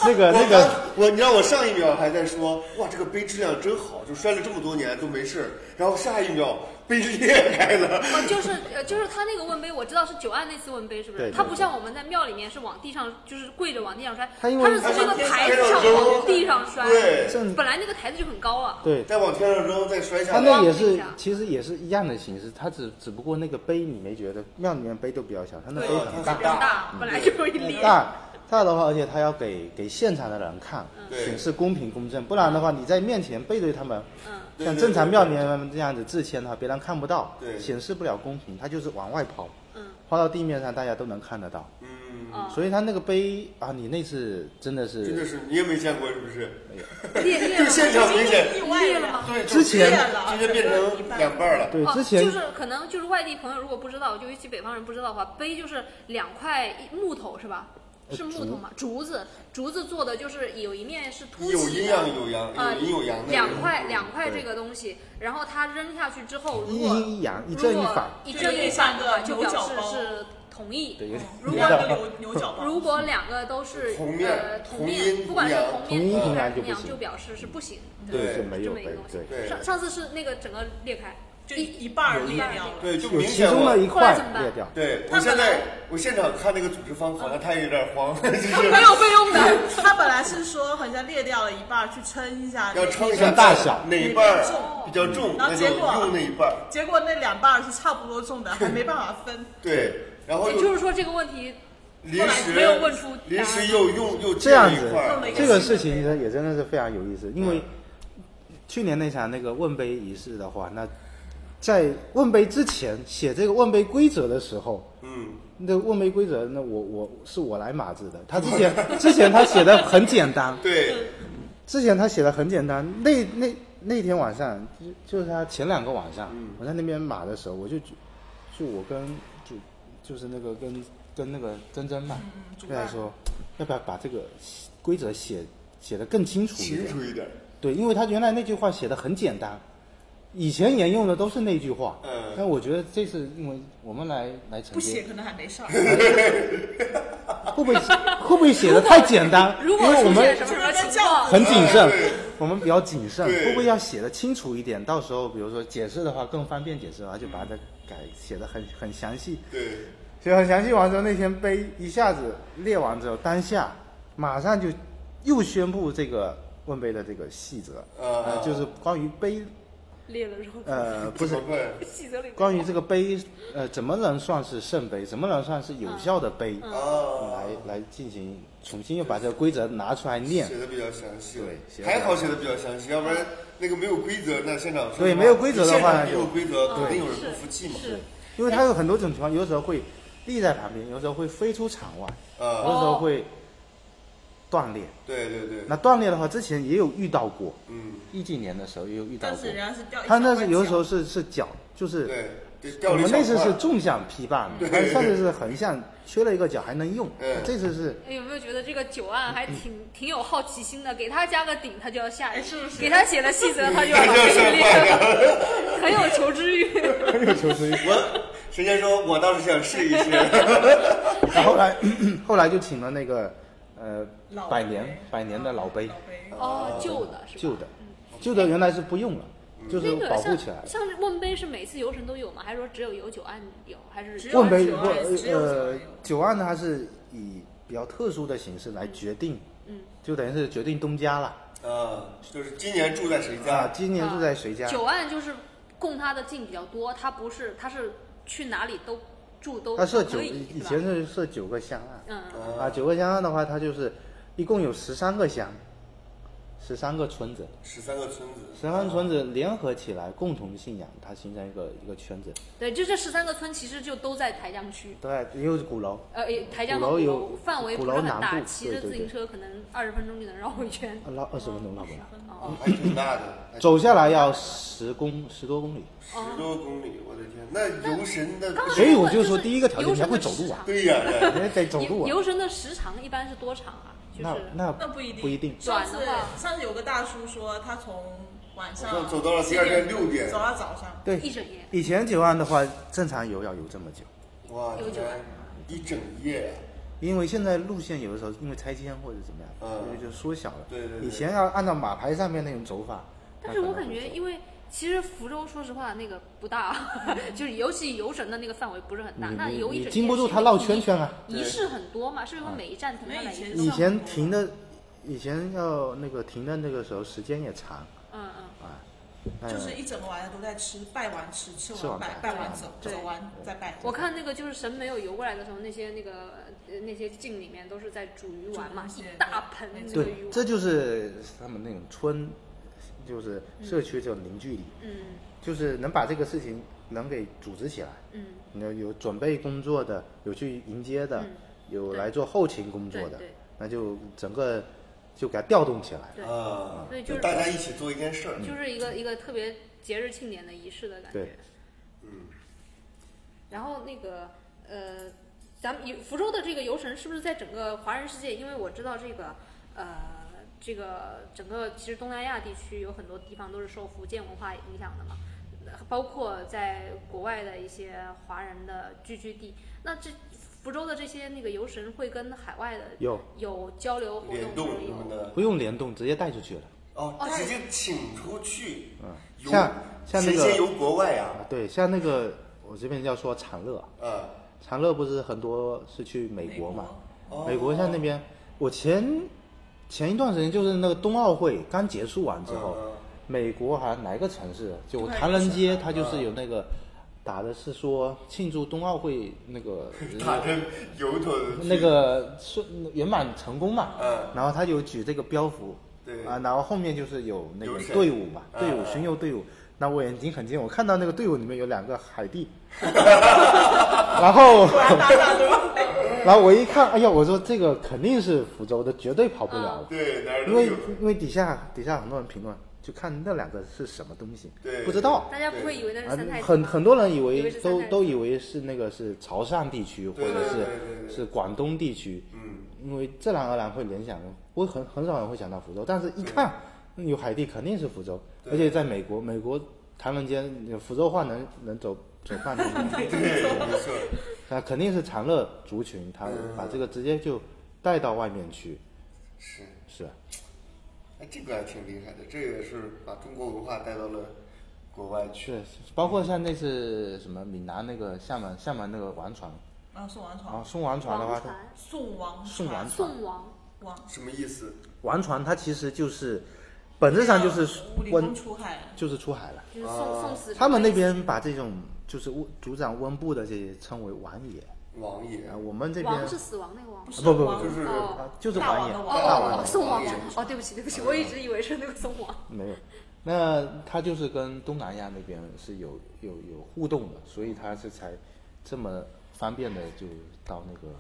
那个那个
我我你知道我上一秒还在说哇这个杯质量真好，就摔了这么多年都没事儿，然后下一秒杯裂开了。
哦，就是呃，就是他那个问杯，我知道是九安那次问杯，是不是？
对对
他不像我们在庙里面是往地上，就是跪着往地上摔，
他因为
是从那个台子上往地上摔，
对
正
本来那个台子就很高啊，
对，
再往天上扔，再摔下
它
来。
那也
光
是
一下，
其实也是一样的形式，它只只不过那个杯你没觉得，庙里面杯都比较小，它那杯
对
很
它
大
很
很大，本来就一
很
裂。
大大的话，而且它要给给现场的人看，嗯
对
显示公平公正，不然的话你在面前背对他们，
嗯
对
像
对
正常
对
庙里
对
面他们这样子自谦的话，别人看不到，
对
显示不了公平，它就是往外跑，
嗯
抛到地面上大家都能看得到，
嗯，
啊，
所以它那个杯啊，你那次真的
真的
是
是你也没见过是不是？
裂裂
就
了，
现场明显，
意外了吗？
对，就
之前
裂了直接变成两半儿了。
对
哦，
之前
就是可能就是外地朋友如果不知道，就尤其北方人不知道的话，杯就是两块一木头是吧？
呃
是木头吗？竹子，竹子做的就是有一面是凸起的，
有阴阳有阳，
啊
有阴有阳的。
两块两块这
对
个东西，然后它扔下去之后，如
一
果
阴一阳一正一反，
一正一反的就表示是同
对，
意。
有点
如果那个牛牛角包，
如果两个都是
同面
呃、同
同音
面，不管是
同
同
音
面
同
同
阳
阳
就不行
就表示是不行，
对
对就没
就
有
没
杯
有东，西
对。
对
上上次是那个整个裂开，
就
一
一半儿裂掉了，
对，就
有
明
其
显
中的
了。
一
后来
块
怎么办
裂掉，
对，我
他
现
本
在
来
我现场看那个组织方，好像他也有点慌， <laughs>
<laughs>
就是
没有备用的。
他本来是说好像裂掉了一半儿，去称一下，
要称一下
看大小
哪一半
哪边
儿比较重，
然
那
后
就
结果
用那一半儿。
结果那两半儿是差不多重的，还没办法分。
对，然后
也就是说这个问题，
临时
没有问出答
临
案
时又用又
这样
接了一
子
块儿
弄了一，
这
个
个事情也真的是非常有意思，因为
嗯
去年那场那个问杯仪式的话，那在问杯之前写这个问杯规则的时候，
嗯，
那问杯规
<laughs>
则，那我我是我来码字的，他之前之前他写的很简单，
对，
之前他写的很简单，那那那天晚上就就是他前两个晚上，
嗯
我在那边码的时候，我就就我跟就就是那个跟跟那个珍珍
嗯
嘛，
主
跟他
办
说，要不要把这个规则写写的更清楚一
清
点？
楚一点。
对，因为他原来那句话写的很简单，以前沿用的都是那句话。
嗯
但我觉得这次因为我们来来承
不写
接，
可能还没事儿。
会不会写会不会写的太简单？
如果
因为我
出
们
现什么
因
什
为我
么
们
情况，
很谨慎
对，
我们比较谨慎，
对
会不会要写的清楚一点？到时候比如说解释的话更方便解释的话，就把它改写的很很详细。
对，
写得很详细完之后，那天杯一下子列完之后，当下马上就又宣布这个问杯的这个细则，
啊
呃，就是关于杯，
裂了之后，
呃，不
不
是
怎么会？
细则里面
关于这个杯，呃，怎么能算是圣杯？怎么能算是有效的杯？
嗯
啊，
来来进行重新又把这个规则拿出来念，
写的比较详细了，
对
还好写的比较详细，要不然那个没有规则，那现场说实话
对没有规则的话
现场没
就
有规则，肯定有人不服气嘛。
因为它有很多种情况，有时候会立在旁边，有时候会飞出场外，
哦
有
啊，
时候会断裂。
对对对，
那断裂的话，之前也有遇到过，
嗯，
一几年的时候也有遇到
但
过
是。人家是掉一
他
小
那
块
是有的
脚
时候是是脚，就是
对，对，掉
我
了一
们
小
那次
块
是纵向批判，他上次是横向，缺了一个角还能用
嗯，
这次是
哎有没有觉得这个九案还挺挺有好奇心的？给他加个顶，他就要下一个
哎是不是
给他写了细则， <laughs> 他就要
那
往
就是
这
坏
列，
的。
<laughs> 很有求知欲。
我神仙说，我倒是想试一
<laughs>
试。
然后后来 <clears throat> 后来就请了那个呃
老
百
杯
年百年的老杯，
老杯
哦，旧的是吧？
旧的，旧的原来是不用了，
嗯
就是
那个
保护
像
起来了。
像问杯是每次游程都有吗？还是说只有有九案有？还是
只有
问杯
九
不
案只有九
呃
案有
九案它是以比较特殊的形式来决定，
嗯，
就等于是决定东家了
啊，就是今年住在谁
啊。
家？
今年住在谁家？
九案就是供他的进比较多，他不是他是去哪里都住都
它设
都
九，
可以
以
是吧
前是设九个香案，
嗯嗯
啊，九个香案的话，它就是一共有十三个乡，十三个村子，
十三个村子。
十三个村子联合起来共同信仰，它形成一个一个圈子。
对，就这十三个村其实就都在台江区。
对，也有鼓楼，
呃，也台江和
鼓楼
鼓
有
楼范围
鼓
不
楼
是很
南
大，
部
骑
对
着
对
自
对
行车可能二十分钟就能绕一圈。
啊绕二十分钟绕不了，
哦，
还挺大的，还
走下来要十公十多公里。
十多公里，我的天，那游神的，
刚才
嗯所以我
问
就
就
说
是
第一个条件
游
你要
神
会
的
走
时
路啊
长
对呀，
因为得走路
游
啊。
游神的时长一般是多长啊？就
那
是
那
那不一定
不一定，
上
短
次
的话
上次有个大叔说，他从晚
好
上
像走到了第二天
7
六点
走到早上。
对
一整夜
以前九万的话，正常游要游这么久，
哇，
有
你
酒
看一整夜啊呀，
因为现在路线有的时候因为拆迁或者怎么样，
嗯
所以就缩小了。
对对对
以前要按照马牌上面那种走法。
但是我
它可
感
能会
觉，
走
因为其实福州说实话那个不大，啊 <laughs> 就是尤其游神的那个范围不是很大，
嗯你
那
你
游一
你
整
经
夜
不住
是
它
一
绕
个
圈圈啊
仪仪式很多嘛，是不是每一站停下
没
来一
以前
个？
以前停的，以前要那个停的那个时候时间也长
嗯嗯，
啊，
就是一整个晚上都在吃，拜完吃，吃
吃完
完拜，
拜
拜完走，
对
走完再拜。
我看那个就是神没有游过来的时候，那些那个呃那些镜里面都是在煮鱼丸嘛，
煮那些
一大盆
对
那个
对
鱼，
这
丸，
就是他们那种村，就是社区这种凝聚力，
嗯
就是能把这个事情能给组织起来。
嗯，
你要有准备工作的，有去迎接的，
嗯
有来做后勤工作的
对对，
那就整个就给它调动起来。
对
啊
对就是
大家一起做一件事儿，
就是一个一个特别节日庆典的仪式的感觉
对。
嗯，
然后那个呃，咱们以福州的这个游神是不是在整个华人世界？因为我知道这个呃，这个整个其实东南亚地区有很多地方都是受福建文化影响的嘛，呃包括在国外的一些华人的聚居地。那这福州的这些那个游神会跟海外的
有
有交流活
联
动
动
吗
什么
有
的，
不用联动，直接带出去了。
哦
哦，
直接请出去，嗯
像像那
神
个
仙游国外呀，
啊，对，像那个我这边要说长乐啊，
啊，
长乐不是很多是去美国嘛？
美国哦
美国像那边，我前前一段时间就是那个冬奥会刚结束完之后，
嗯嗯
美国好像哪个城市，就
开始
唐人街，
了
它就是有那个。打的是说庆祝冬奥会那个
<laughs> 打着油头
那个顺圆满成功嘛，
嗯
然后他有举这个标服，
对
啊，然后后面就是有那
游
个
神
队伍嘛，
嗯
队伍巡游队伍，那我眼睛很尖，我看到那个
<laughs>
<laughs> 队伍里面有两个海地，然后
然大大就
然后我一看，哎呀，我说这个肯定是福州的，绝对跑不了。
对，哪儿
因
都
为
有。
因为底下底下很多人评论，就看那两个是什么东西，
对
不知道。
大家不会以为那是
啊
三太，子
很
吗
很多人以
以
为
为是
都
三太子
都以为是那个是潮汕地区或
对
者
对对对
是
对
是广东地区，
嗯，
因为自然而然会联想，会很很少人会想到福州，但是一看有海地肯定是福州，
对
而且在美国，美国唐人街福州话能能走走半天，
<laughs> 对，没错。
那肯定是长乐族群，他
嗯
把这个直接就带到外面去，
是，
是。啊
哎，这个还挺厉害的，这也是把中国文化带到了国外去。
是，包括像那次什么闽南那个厦门厦门那个王船，
啊，宋王
然
船，
后送王船的话，
王
它
传、
宋王
送王
船，
船，
宋王，
王
什么意思？
王船它其实就是本质上就是啊
武林
温
公出海，
就是出海了。
就是宋宋词。
他们那边把这种就是温族长温布的这些称为王爷，
王爷
啊，我们这边
王是死亡那个王
不
吗。
是
不不
王
不
就是
哦
啊就是王爷，
大王的王
大
哦
王
哦，
的
宋
王
王
爷
哦，对不起对不起，我一直以为是那个宋王。
没有。那它就是跟东南亚那边是有有有互动的，所以它是才这么方便的就到那个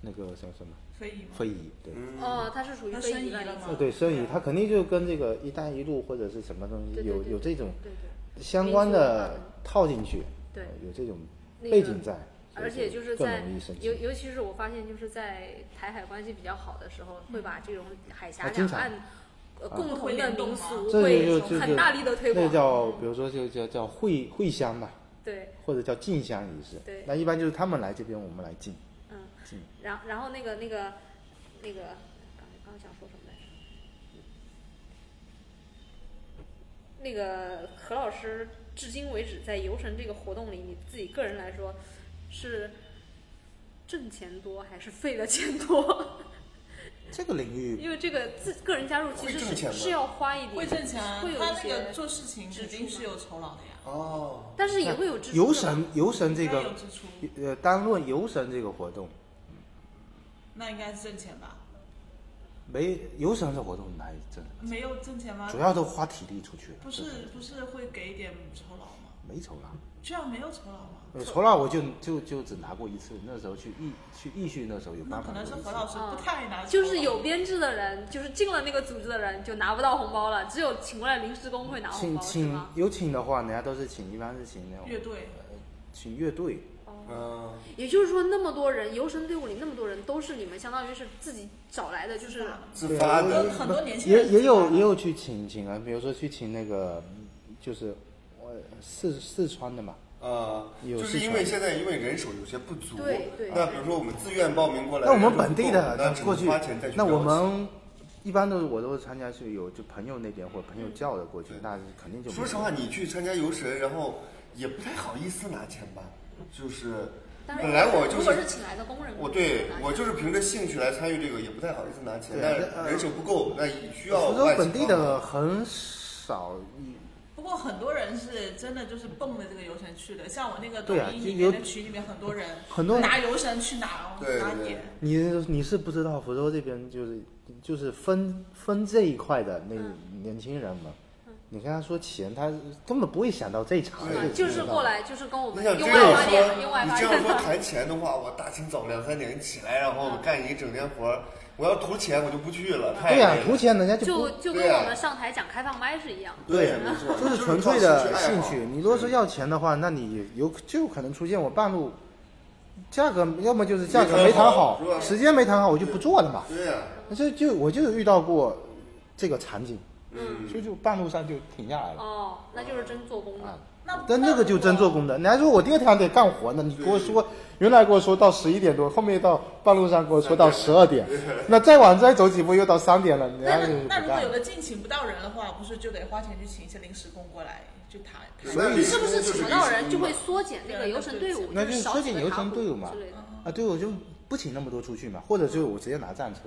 那个叫什么
非遗吗？
非遗对。
嗯
嗯
哦，他是属于
他
非
申
遗
遗
了已
了
经
吗
啊，对，生意它肯定就跟这个“一带一路”或者是什么东西
对对
有
对
有这种
对对。
相关的套进去，
对
呃有这种
那
背
个
景在，所以
而且就是
更
在
容易生
尤
气。
尤其是我发现就是在台海关系比较好的时候，会把这种海峡
啊经
两
常
岸呃共同的民俗
这
会
就就
很大力的推
那
广。
叫比如说就叫叫会会乡吧，
对，
或者叫进香仪式。
对
那一般就是他们来这边，我们来进。
嗯
进，
然后然后那个那个那个刚刚想说什么来着？那个何老师，至今为止在游神这个活动里，你自己个人来说是挣钱多还是费的钱多？ <laughs>
这个领域
因为这个自个人加入其实
会挣钱
是
吗
是要花一点，
会挣钱啊
会，有
他
一
那个
些，
做事情肯定是有酬劳的呀，
哦，
但是也会有支出。
游神，游神这
应该
个
有支出，
呃，单论游神这个活动，
那应该是挣钱吧？
没游神这活动来真的，
没有挣钱吗
主？要都花体力出去了。
啊不
这
是不是会给一点酬劳吗？
没酬劳。
这样没有酬劳吗？
呃，酬劳我就就就只拿过一次，那时候去义去义训那时候有
那
办
可
法
能是何
过
老师不太拿酬劳，
嗯就是有编制的人，就是进了那个组织的人就拿不到红包了，只有请过来临时工会拿
一次。
红
请
包，是
请
吗？
有请的话，人家都是请，一般是请那种
乐队，
请乐队，
嗯，
也就是说，那么多人游神队伍里那么多人，都是你们相当于是自己找来的，就是
自
啊
发
有
的，
很多年轻
也
人
也有也有去请请人，比如说去请那个就是我四四川的嘛，
啊，
有
就
市
是
场
因为现在因为人手有些不足，
对对
那比如说我们自愿报名过来，
那我们本地
人手不够那
的
只
过
能
去
花钱再，去
那我
邀请
们一般都是我都是参加去有就朋友那边或者朋友叫的过去
嗯对，
那肯定就没
说实话，你去参加游神，然后也不太好意思拿钱吧，就是
当然
本来我就
如果是请来的工人，
我对
拿
我就是凭着兴趣来参与这个，也不太好意思拿钱，
对
但
呃
人手不够，那也需要
福州
外
本
请
地
帮
的
忙
很少，
不过很多人是真的就是奔着这个游神去的，像我那个抖
对啊
音
就
里
有
面的群里面很多人，
很多人
拿哦游神去哪
对
哪
对
演，
你你是不知道福州这边就是就是分分这一块的那
嗯
年轻人们，你跟他说钱，他根本不会想到这一茬
嗯，
儿，
就是过来就是跟我
你
们
想
用
这
外
样
发电，用
说，
外
你
发
这
<laughs>
样说
电。
谈钱的话，我大清早两三点起来，然
嗯
后干一整天活儿，我要图钱我就不去了。太
对呀
累，了
图钱人家就不
就就跟
对啊
我们上台讲开放麦是一样，
对，没错，
就是
靠
纯粹的
兴
兴
爱好
趣。你如果说要钱的话，那你有就可能出现我半路价格，要么就是价格没谈好
没谈好是吧，
时间没谈好，我就不做了嘛。
对呀，
就就我就有遇到过这个场景，
嗯，
就就半路上就停下来了。
哦，那就是真做工的
啊。
那
但那个就真做
我
工的，你还说我第二天还得干活呢，你跟我说原来跟我说到十一点多，后面到半路上跟我说到十二点，那再往再走几步又到三点了，你
那
还是
那
不
那如果
干
有。的敬请不到人的话，不是就得花钱去请一些临时工过来就谈
所
谈？
以
是不是请不到人就会缩减那个游神队伍？
那就是是
少
缩
几
减
个
游
塔
神
古
队伍嘛
之类的。
啊，对，我就不请那么多出去嘛，或者就是我直接拿战车，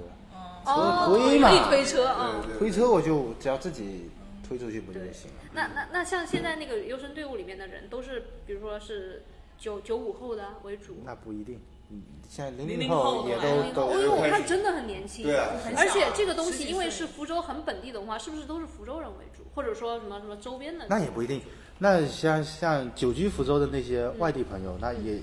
哦，
所以推嘛
可以推车啊。嗯
推车我就只要自己推出去不就行了？
那那那像现在那个游神队伍里面的人，都是比如说是九九五后的为主。
那不一定，嗯，现在零
00
后
后
也
嘛
都
零后，
都
因为我
开
看
始
真的很年轻，
对啊
而且
很小
这个东
十
西
几
因为
岁
是福州很本地的文化，是不是都是福州人为主，或者说什么什么周边的？
那也不一定。那像像久居福州的那些外地朋友，那也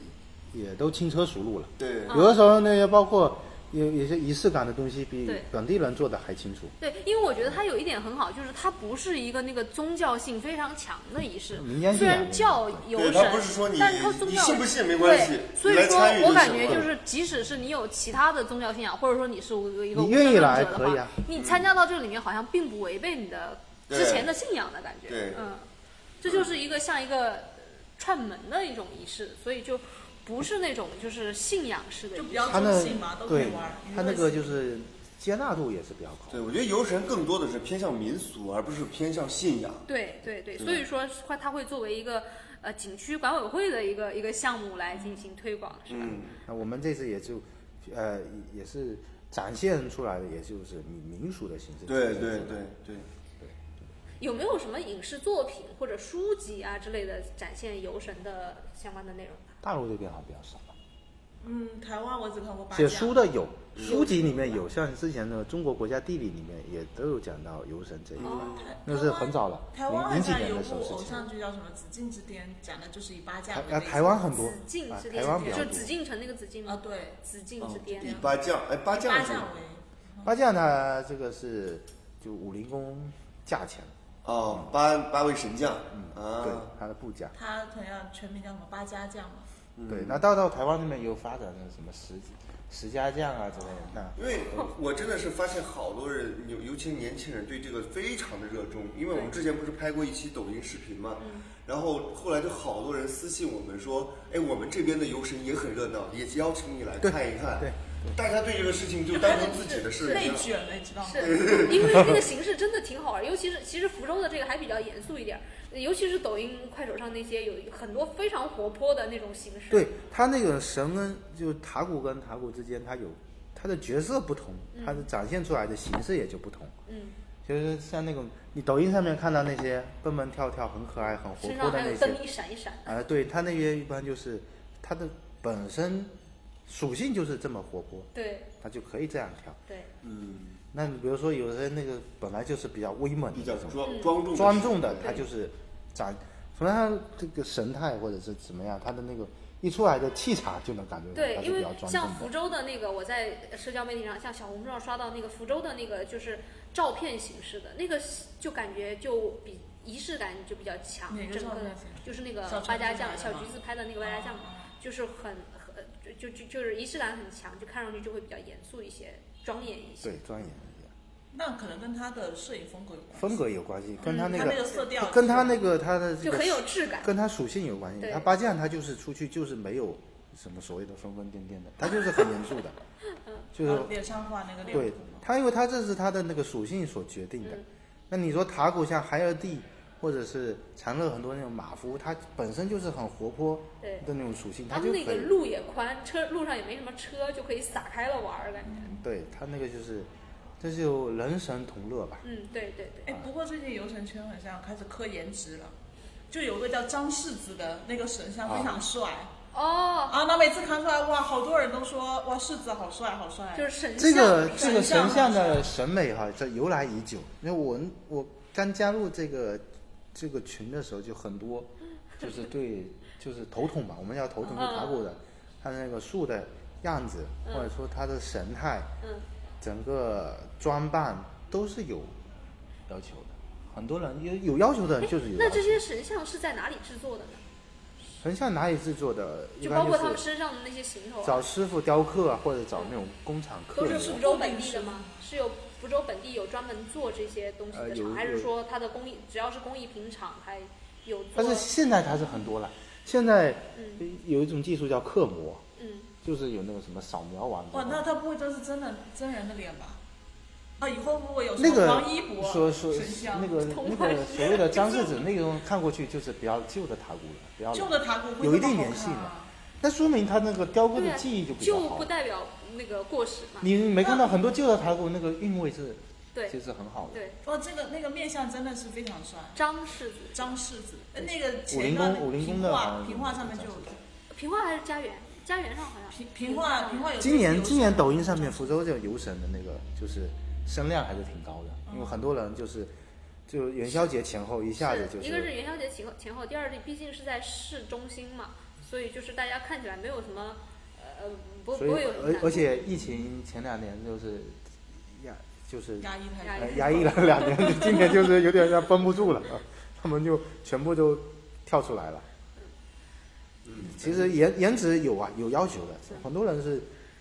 也都轻车熟路了。
对，
有的时候那些包括有有些仪式感的东西，比
对
本地人做的还清楚。
对，因为我觉得它有一点很好，就是它不是一个那个宗教性非常强的仪式
民间，信
虽
仰
然教有
对
神
他不是说你，
但它宗
你
教
信不信没关系
对，所以
你来
说
参与
我
就
感
行
觉
了
就是，即使是你有其他的宗教信仰，或者说你是一个一个
你愿意
无神论
来
者的
可以
话
啊
你参加到这里面好像并不违背你的之
对
前的信仰的感觉。
对
嗯，这就是一个像一个呃串门的一种仪式，所以就不是那种就是信仰式的仪
就
式
比。较
他那
中性嘛，都可
对
以玩儿。
他那个就是接纳度也是比较高。
对我觉得游神更多的是偏向民俗，而不是偏向信仰。
对对对，所以说它它会作为一个呃景区管委会的一个一个项目来进行推
嗯
广，是吧？
嗯
那我们这次也就，呃，也是展现出来的，也就是民民俗的形式。
对对对对，
有没有什么影视作品或者书籍啊之类的展现游神的相关的内容？
大陆这边好像比较少吧，
嗯，台湾我只看过八
写
家。
书的有，书籍里面有，像之前的《中国国家地理》里面也都有讲到游神这一块，
哦
那是很早了，
台湾
零
好
零几
像
年
有
的时候
部
事
偶
情。
像剧叫什么《紫禁之巅》，讲的就是以
台
八家为
啊，
背景
台湾很多
紫禁
啊
之，
台
巅，
湾比
就
较
是
多。哦
紫禁城那个紫禁吗？
啊，对，
紫禁之巅。
以哦八将哎八
八
将是
将为
八将呢，这个是就武林宫价钱，
哦八八位神将
嗯对
啊，
它的部将。
他同样全名叫什么八家将嘛。
对，那到到台湾那边有发展的什么十十家将啊之类的，那
因为我真的是发现好多人，尤尤其年轻人对这个非常的热衷。因为我们之前不是拍过一期抖音视频嘛，
嗯
然后后来就好多人私信我们说，哎，我们这边的游神也很热闹，也邀请你来看一看。
对，
大家对这个事情就当成自己的事一
内
样。
卷了，你知道吗？
是因为那个形式真的
<laughs>
挺好玩，尤其是其实福州的这个还比较严肃一点，尤其是抖音、快手上那些有很多非常活泼的那种形式。
对他那个神跟就是塔古跟塔古之间，他有他的角色不同，他的展现出来的形式也就不同。
嗯，
就是像那种你抖音上面看到那些蹦蹦跳跳、很可爱、很活
身
泼
上
的
还
那
有
些，
灯一闪一闪的。
啊、对他那些一般就是他的本身属性就是这么活泼，
对
他就可以这样跳。
对，
嗯，
那你比如说有些那个本来就是比较威猛的
比
那
较
种，
庄庄重的
嗯庄重的，
事
他就是展，从他这个神态或者是怎么样，他的那个一出来的气场就能感觉到
对
他，是
因
比
为
较庄重
像福
的。
州的那个，我在社交媒体上，像小红书上刷到那个福州的那个，就是照片形式的那个，就感觉就比仪式感就比较强
哪。个
整
照
个
片形
就是那个
小橘
八
子
家
拍
将，
的
小
吗哦
橘子拍的那个八家将，就是很很呃就就就就是仪式感很强，就看上去就会比较严肃一些，庄严一些。
对，庄严一点，
那可能跟他的摄影风格有关。
风格有关系，跟他那
嗯
他那个
个，
色调，
跟他那个他的这
就
个
很有质感，
跟他属性有关系。
对
他八将他就是出去就是没有什么所谓的疯疯癫癫的，他就是很严肃
<laughs>
的，
嗯
就是
啊脸上画那个脸
对
谱嘛。
他，因为他这是他的那个属性所决定
嗯
的。那你说塔古像海尔蒂或者是长乐很多那种马夫，他本身就是很活泼
对
的那种属性，
他
他
们
就可
那
以
个路也宽，车路上也没什么车，就可以撒开了玩儿，感
嗯
觉。
对他那个就是，这就人神同乐吧。
嗯，对对对。
哎，不过最近游神圈好像开始磕颜值了，就有个叫张世子的那个神
啊
像非常帅
哦，
啊，那每次看出来哇，好多人都说哇世子好帅好帅，
就是神
这个
像
这个神像的审美哈、这由来已久。因为我我刚加入这个这个群的时候，就很
<laughs>
多就是对就是头筒嘛，我们叫头筒就
嗯
打鼓的，它那个树的样子，或者说它的神态，
嗯
整个装扮都是有要求的。很多人有有要求的人就是有要
那
求
这。些神像是在哪里制作的呢？
神像哪里制作的？一
就
般
包括他们
是
身上的那些行头啊、
找师傅雕刻啊，或者找那种工厂刻
都
的那
是
种。
福州本地的吗？是有福州本地有专门做这些东西
呃
的
有
厂，还是
有
说它的工艺只要是工艺品厂还有做
但？是现在它是很多了，现在
嗯
有一种技术叫刻模，
嗯，
就是有那个什么扫描完
哇，那他不会真是真的真人的脸吧？啊，以后会不会有什么
那个
王一博
说说
神像
那个那个所谓的张世子那种看过去就是比较旧的塔古了，比较
旧
老，
的塔古会
有一
那么
定
好
联
看
系
啊
那说明他那个雕刻
对
的
啊，
技艺就比较
就
好
不。代表那个过时嘛。
你没看到很多旧的塔古那个韵味是，
对
就是很好的。
对，
哇，这个那个面相真的是非常帅。
张世子，
张世子，呃那个
武
前
林
段
宫武林宫
平
的好
画
像
平画上面就有
有张世
平话还是家园？家园上好像
平平画平画有
今年
有
今年抖音上面福州这个游神的那个就是声量还是挺高的，因为很多人就是就元宵节前后一下子就是
一个是元宵节前后前后，第二是毕竟是在市中心嘛，所以就是大家看起来没有什么，呃，不
所
不会
以
有什么
而
难
而
度
且疫情前两年就是压就是
压抑太
压抑
大。
呃压抑了两年，今年就是有点要绷不住了， <laughs> 啊他们就全部都跳出来了。嗯，其实颜颜值有啊，有要求的，很多人是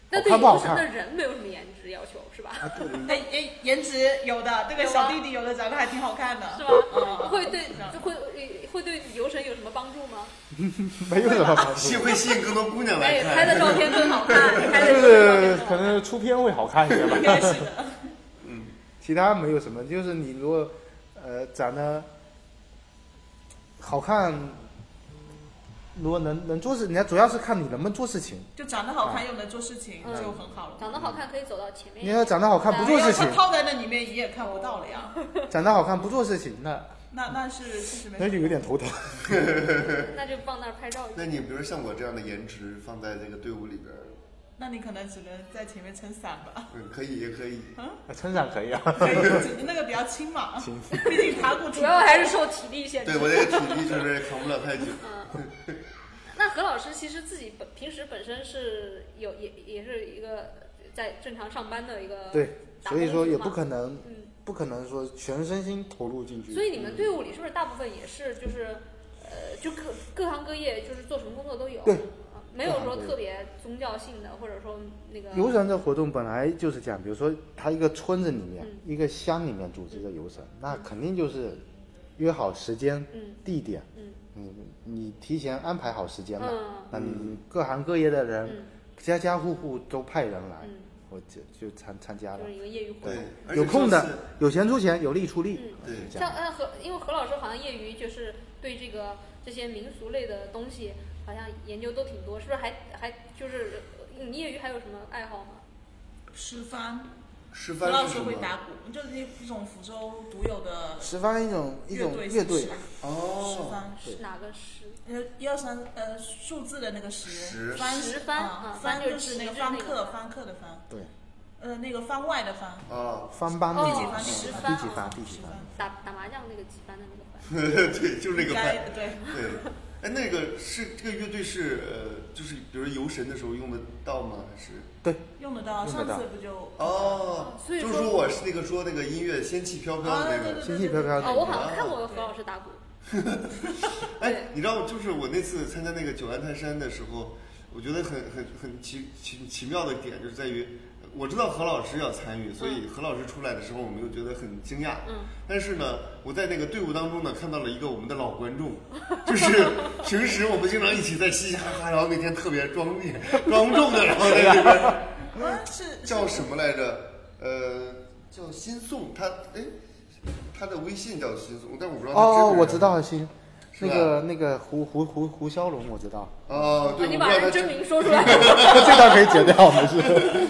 那
好
对
看不好
游神的
看，啊
人没有什么颜值要求是吧？
哎哎，颜值有的，这个
有啊
小弟弟有的长得还挺好看的，
是
啊
嗯
吧？会对
是啊
就会呃会对游神有什么帮助
<laughs>
吗？
没有什么
<laughs>
好
吸会吸引更多姑娘来
哎，
看。
拍 <laughs> 的照片真好看，拍的
就
照片真
是
好看
哎可能出片会好看一些吧
<laughs> 应。该是的。
其他没有什么，就是你如果呃长得好看，如果能能做事，人家主要是看你能不能做事情。
就长得好看又能做事情，就很好了。哎
长得好看可以走到前面
你
一点。
要长得好看不
你
嗯做
要
事
是
<laughs>
情，
泡在那里面，你也看不到了呀。
长得好看不做事情，那
那那是其实没
那
什
就
么。
有点头疼。 <laughs>
那就放那儿拍照去。
那你比如像我这样的颜值放在这个队伍里边儿，
那你可能只能在前面撑伞
<laughs>
吧，
嗯，可以也可
<laughs>
以。
撑伞可以啊，
可以只那个比较轻嘛，毕竟爬过
主
挺
要还是受体力限制
对。我这个体力就是扛不了太久。
那何老师其实自己本平时本身是有也也是一个在正常上班的一个
对，
打工族嘛
所以说也不可能
嗯，
不可能说全身心投入进去。
所以你们队伍里是不是大部分也是就是呃就各各行各业就是做什么工作都有？
对
啊，没有
各
说
行各业
特别宗教性的，或者说那个
游神的活动本来就是这样，比如说他一个村子里面、
嗯
一个乡里面组织的游神，那肯定就是约好时间、
嗯
地点，
嗯
你你提前安排好时间嘛，
嗯
那你各行各业的人、
嗯
家家户户都派人来，
嗯
我就就参参加了
就是。一个业余活
对
动。，
而且
有空
这
的
次，
有钱出钱，有力出力，
对
就这
像
样。
呃何，因为何老师好像业余就是对这个这些民俗类的东西好像研究都挺多，是不是还还就是你业余还有什么爱好吗？
吃饭，
吃
何老
饭是
师
什
会
么？
打鼓，就是一种福州独有的
十方一种一种
乐
乐队
队，啊十
哦，
番，
对
哪个是？
呃，一二三，呃，数字的那个十，
十
番
十番
啊
啊，
番
番就是
那
是
个
旗帜那
番
个
客，
番
番客的番，
对，
呃，那个番外的番，
啊， <laughs>
方班
哦
第几
第
十
番？
番
第几番？
哦
第几
十
番
番？
打打麻将那个几番的那个番？
对，就是那个
应该
饭。
对，
对，哎，那个是这个乐队是呃，就是比如游神的时候用得到吗？还是？
对，
用得到。
用
上
得到
次不就
哦，
所以
就是
说
说我是那个说那个音乐仙气飘飘
啊，
的
对
那
对
个
对，
轻气飘飘的
哦，我好像看过何老师打鼓，
哎，你知道，就是我那次参加那个九安泰山的时候，我觉得很很很奇奇奇妙的点就是在于，我知道何老师要参与，所以何老师出来的时候，我们又觉得很惊讶。
嗯。
但是呢，我在那个队伍当中呢，看到了一个我们的老观众，就是平时我们经常一起在嘻嘻哈哈，然后那天特别庄庄重的，然后在里边
啊是
叫什么来着？呃，叫新宋，他哎，他的微信叫新宋，但我不知道他真
哦，
名
我
是
知道，行，
是
那
吧
个那个胡胡胡胡骁龙，我知
<laughs>
道，
哦，
啊
对，
你
我
把
不知道他
人真
<laughs>
名说出来，
这段可以剪掉，没
<laughs>
事。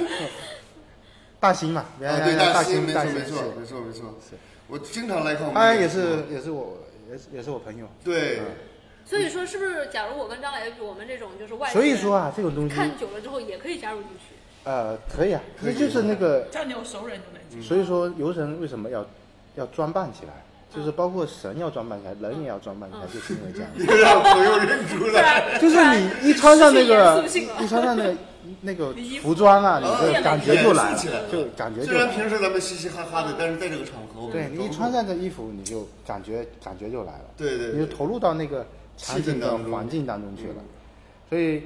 大兴嘛，原
啊，
来
对，大兴，
兴
没
大
错，
兴
没错，
是
没错，没错。我经常来看我们，
他也是，嗯也是我也是也是我朋友，
对， <laughs>
所以说是不是？假如我跟张磊我们这种就是外国
所
人
以说啊，这种东西
看久了之后也可以加入进去。
呃可以啊，那就是那个，
叫你有熟人就能进，
所以说游神为什么要要装扮起来？就是包括神要装扮起来，人也要装扮起来，
嗯
就是因为这样。
<laughs>
又让朋友认出来，
就是你一穿上那个
失去严肃性了
一穿上那个那个服装
啊
啊，你就感觉就来
严肃起来
了，
了
就感觉
<laughs>
就
虽
来
然
了。
平时咱们嘻嘻哈哈的，但是在这个场合，我们
对你一
装
穿上这衣服，你就感觉感觉就来了，
对对对
你就投入到那个场景
气氛
的
当中嗯
环境当中去了。所以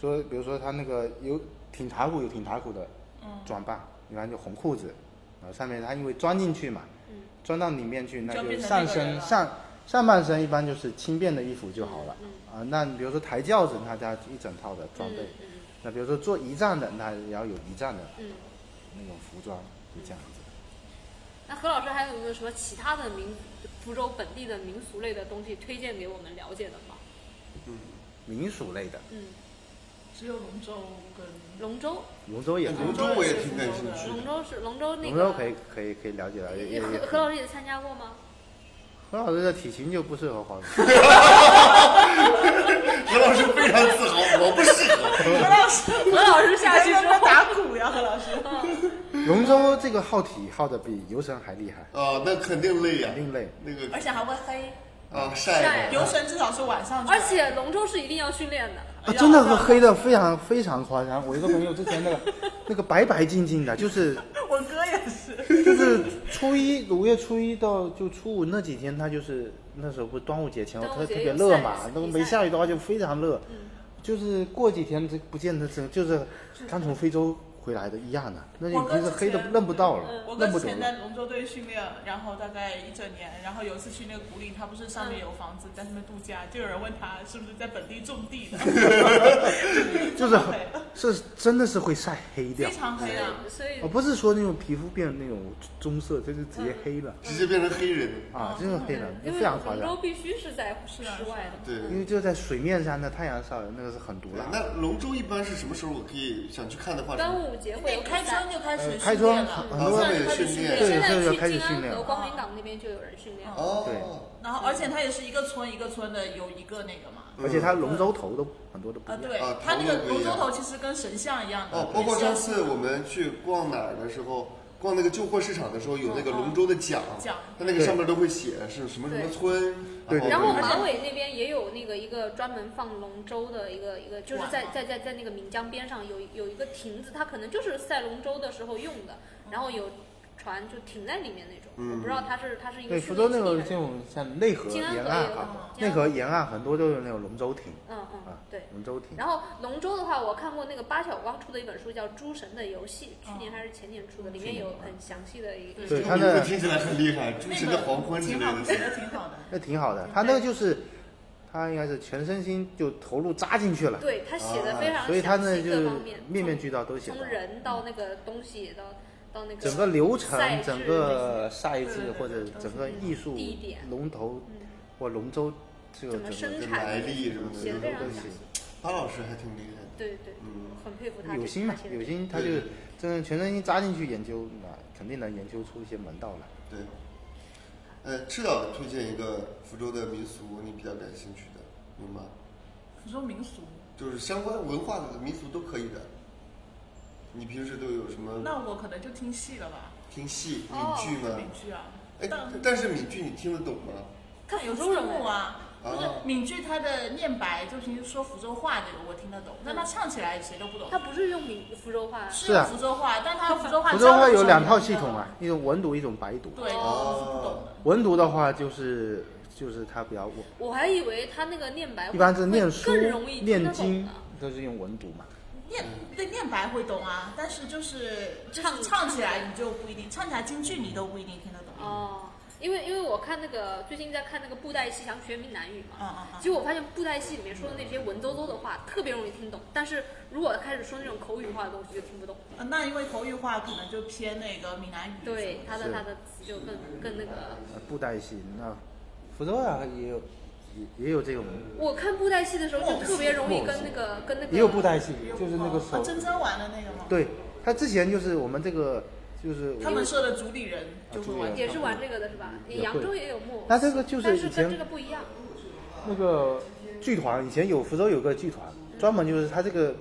说，比如说他那个有挺塔古有挺塔古的
嗯
装扮，一般就红裤子，然后上面他因为钻进去嘛，钻到里面去，那
就
就
嗯变成
上
那个人
身
了
上上半身一般就是轻便的衣服就好了。
嗯
啊，那你比如说抬轿子，那他一整套
嗯
的装备。
嗯
那比如说做仪仗的，那也要有仪仗的
嗯，
那种服装，就这样子。
那何老师还有没有什么其他的民福州本地的民俗类的东西推荐给我们了解的吗？
民俗类的，
嗯，
只有龙舟跟
龙舟，
龙舟也可以
龙舟我也挺感兴趣
龙
的，
舟是龙舟那
龙
个
舟可以可以可以了解了，也也也
何何老师也参加过吗？
何老师的体型就不适合划船。
<laughs> 何老师非常自豪，我不适合，
何老师，
何老师下去嗯之
你在那边
后，
打鼓呀，何老师，
龙舟这个耗体耗的比游神还厉害，
啊，那肯定累呀
<laughs> 肯，定累。
那个
而且还会黑，
啊，晒
晒
的
游神至少是晚上去的，
而且龙舟是一定要训练的。
啊，真的和黑的非常非常夸张。我一个朋友之前那个那个白白净净的，就是
我哥也是，
就是初一五月初一到就初五那几天，他就是那时候不是端午节前后
端
特
午节
特别
有
热
下雨嗯
嘛，那个
比
没
赛
下雨的话就非常热，就是过几天这不见得真就是刚从非洲回来的一样的，那
我
已
哥
经是
之
黑的
前
认不到了
嗯
我，哥
认不
之
得
前
了。
在龙舟队训练，然后大概一整年，然后有一次去那个古岭，他不是上面有房子，在那边度假，就有人问他是不是在本地种地
<laughs>
的，
就是是真的是会晒黑掉
非，常黑啊。
所以
而不是说那种皮肤变那种棕色，就是直接黑了
直接变成黑人。
啊，真的黑了，
嗯因
非
为
常夸
龙
张
舟。必须是在室外的，
对，
因为就在水面上的太阳晒，那个是很毒辣的。
那龙舟一般是什么时候？我可以想去看的话，
端午节会有
对，
比
开
赛
春。就开始
呃
训
开
练
春
了，
很多
啊
人
开始训练
对
现在
对对，开
去
始
静
训
安
练
河
了。
光明港那边就有人训练，
哦，
<laughs> 然后而且他也是一个村一个村的有一个那个嘛，
而且它龙舟头都很多都不
啊
一样。
对
嗯啊，
他那个
头不一
龙舟
样
头其实跟神呃像一样的，
哦，包括上次我们去逛哪儿的时候，逛那个旧货市场的时候，有那个龙舟的奖，
奖
它那个上面都会写是什么什么村，
对对
然后
会
马尾那边也有那个一个专门放龙舟的一个一个，就是在在在在那个岷江边上有有一个亭子，它可能就是赛龙舟的时候用的，
哦
然后有船就停在里面那种，我不知道它是它是一个
嗯对，福
训练
州那个
基地还
这
是
种像内河
静安河
沿
也
岸
有
啊，
静安
内
河
河沿岸很多都有那种龙舟艇
嗯嗯
啊，
对。
龙舟艇。
然后龙舟的话，我看过那个八小光出的一本书，叫《诸神的游戏》，去
哦
年还是前年出的，里面有很详细的一个。
对它
名字
的
听起来很厉害，诸
那
神
个
的黄昏之
挺
类 <laughs>
好，写
的。
的挺好的。
那挺好的，他那个就是，他应该是全身心就投入扎进去了，
对他写的非常
啊所以他
详
呢
细，
就
各
是
方面，
面面俱到都写
从
到
从
了，
人到那个东西，到到那个
整个流程
赛、制嗯
整个赛
对
制
对对
或者整个艺术
地点
龙头
嗯
或龙舟这个
怎么
整
生
个
这
产
来历什么的
写的非常
都
详
是
细。
巴老师还挺厉害的，
对对，很佩服他这。
嗯有心嘛
他写，的
有
这个
心他就
对
真的全身心扎进去研究，那肯定能研究出一些门道来。
对。呃，赤岛推荐一个福州的民俗，你比较感兴趣的，有吗？
你说民俗，
就是相关文化的民俗都可以的。你平时都有什么
那我可能就听戏了吧，
听戏、
哦
闽剧吗？
闽剧啊，
哎
但，
但是闽剧你听得懂吗？
看有字幕啊，
啊
不是闽剧，它的念白就平时说福州话这个我听得懂，但他唱起来谁都不懂。
他不是用闽福州话，
是
是
有
啊
福州话，但他福州话
福州话
教的时候
有两
你
套
不
系
知道
统啊，，一种文读，一种白读。
对，我是不懂
哦
的。
文读的话就是就是它比较我
我还以为他那个念白
一般是念书
哎会更容易、听得
念
懂
经
呢
都是用文读嘛。
念对念白会懂啊，但是就是就是
唱
唱起来你就不一定，唱起来京剧你都不一定听得懂。
哦，因为因为我看那个最近在看那个布袋戏，想学闽南语嘛。
嗯嗯嗯
结果我发现布袋戏里面说的那些文绉绉的话特别容易听懂，但是如果开始说那种口语化的东西就听不懂。
呃那因为口语话可能就偏那个闽南语。
对，，他的
是
他的词就更更那个。
呃布袋戏那福州啊也有也也有这种，
我看布袋戏的时候就特别容易跟那个跟那个
也有布袋戏，就是那个
啊
手。
真真玩的那个吗？，
对，他之前就是我们这个就是
他们社的主理人就会玩
啊主理人
也是玩这个的是吧？
嗯也会
扬州也有木偶戏，
那这个就是
但是
以前
跟这个不一样。
那个剧团，以前有福州有个剧团，专门就是他这个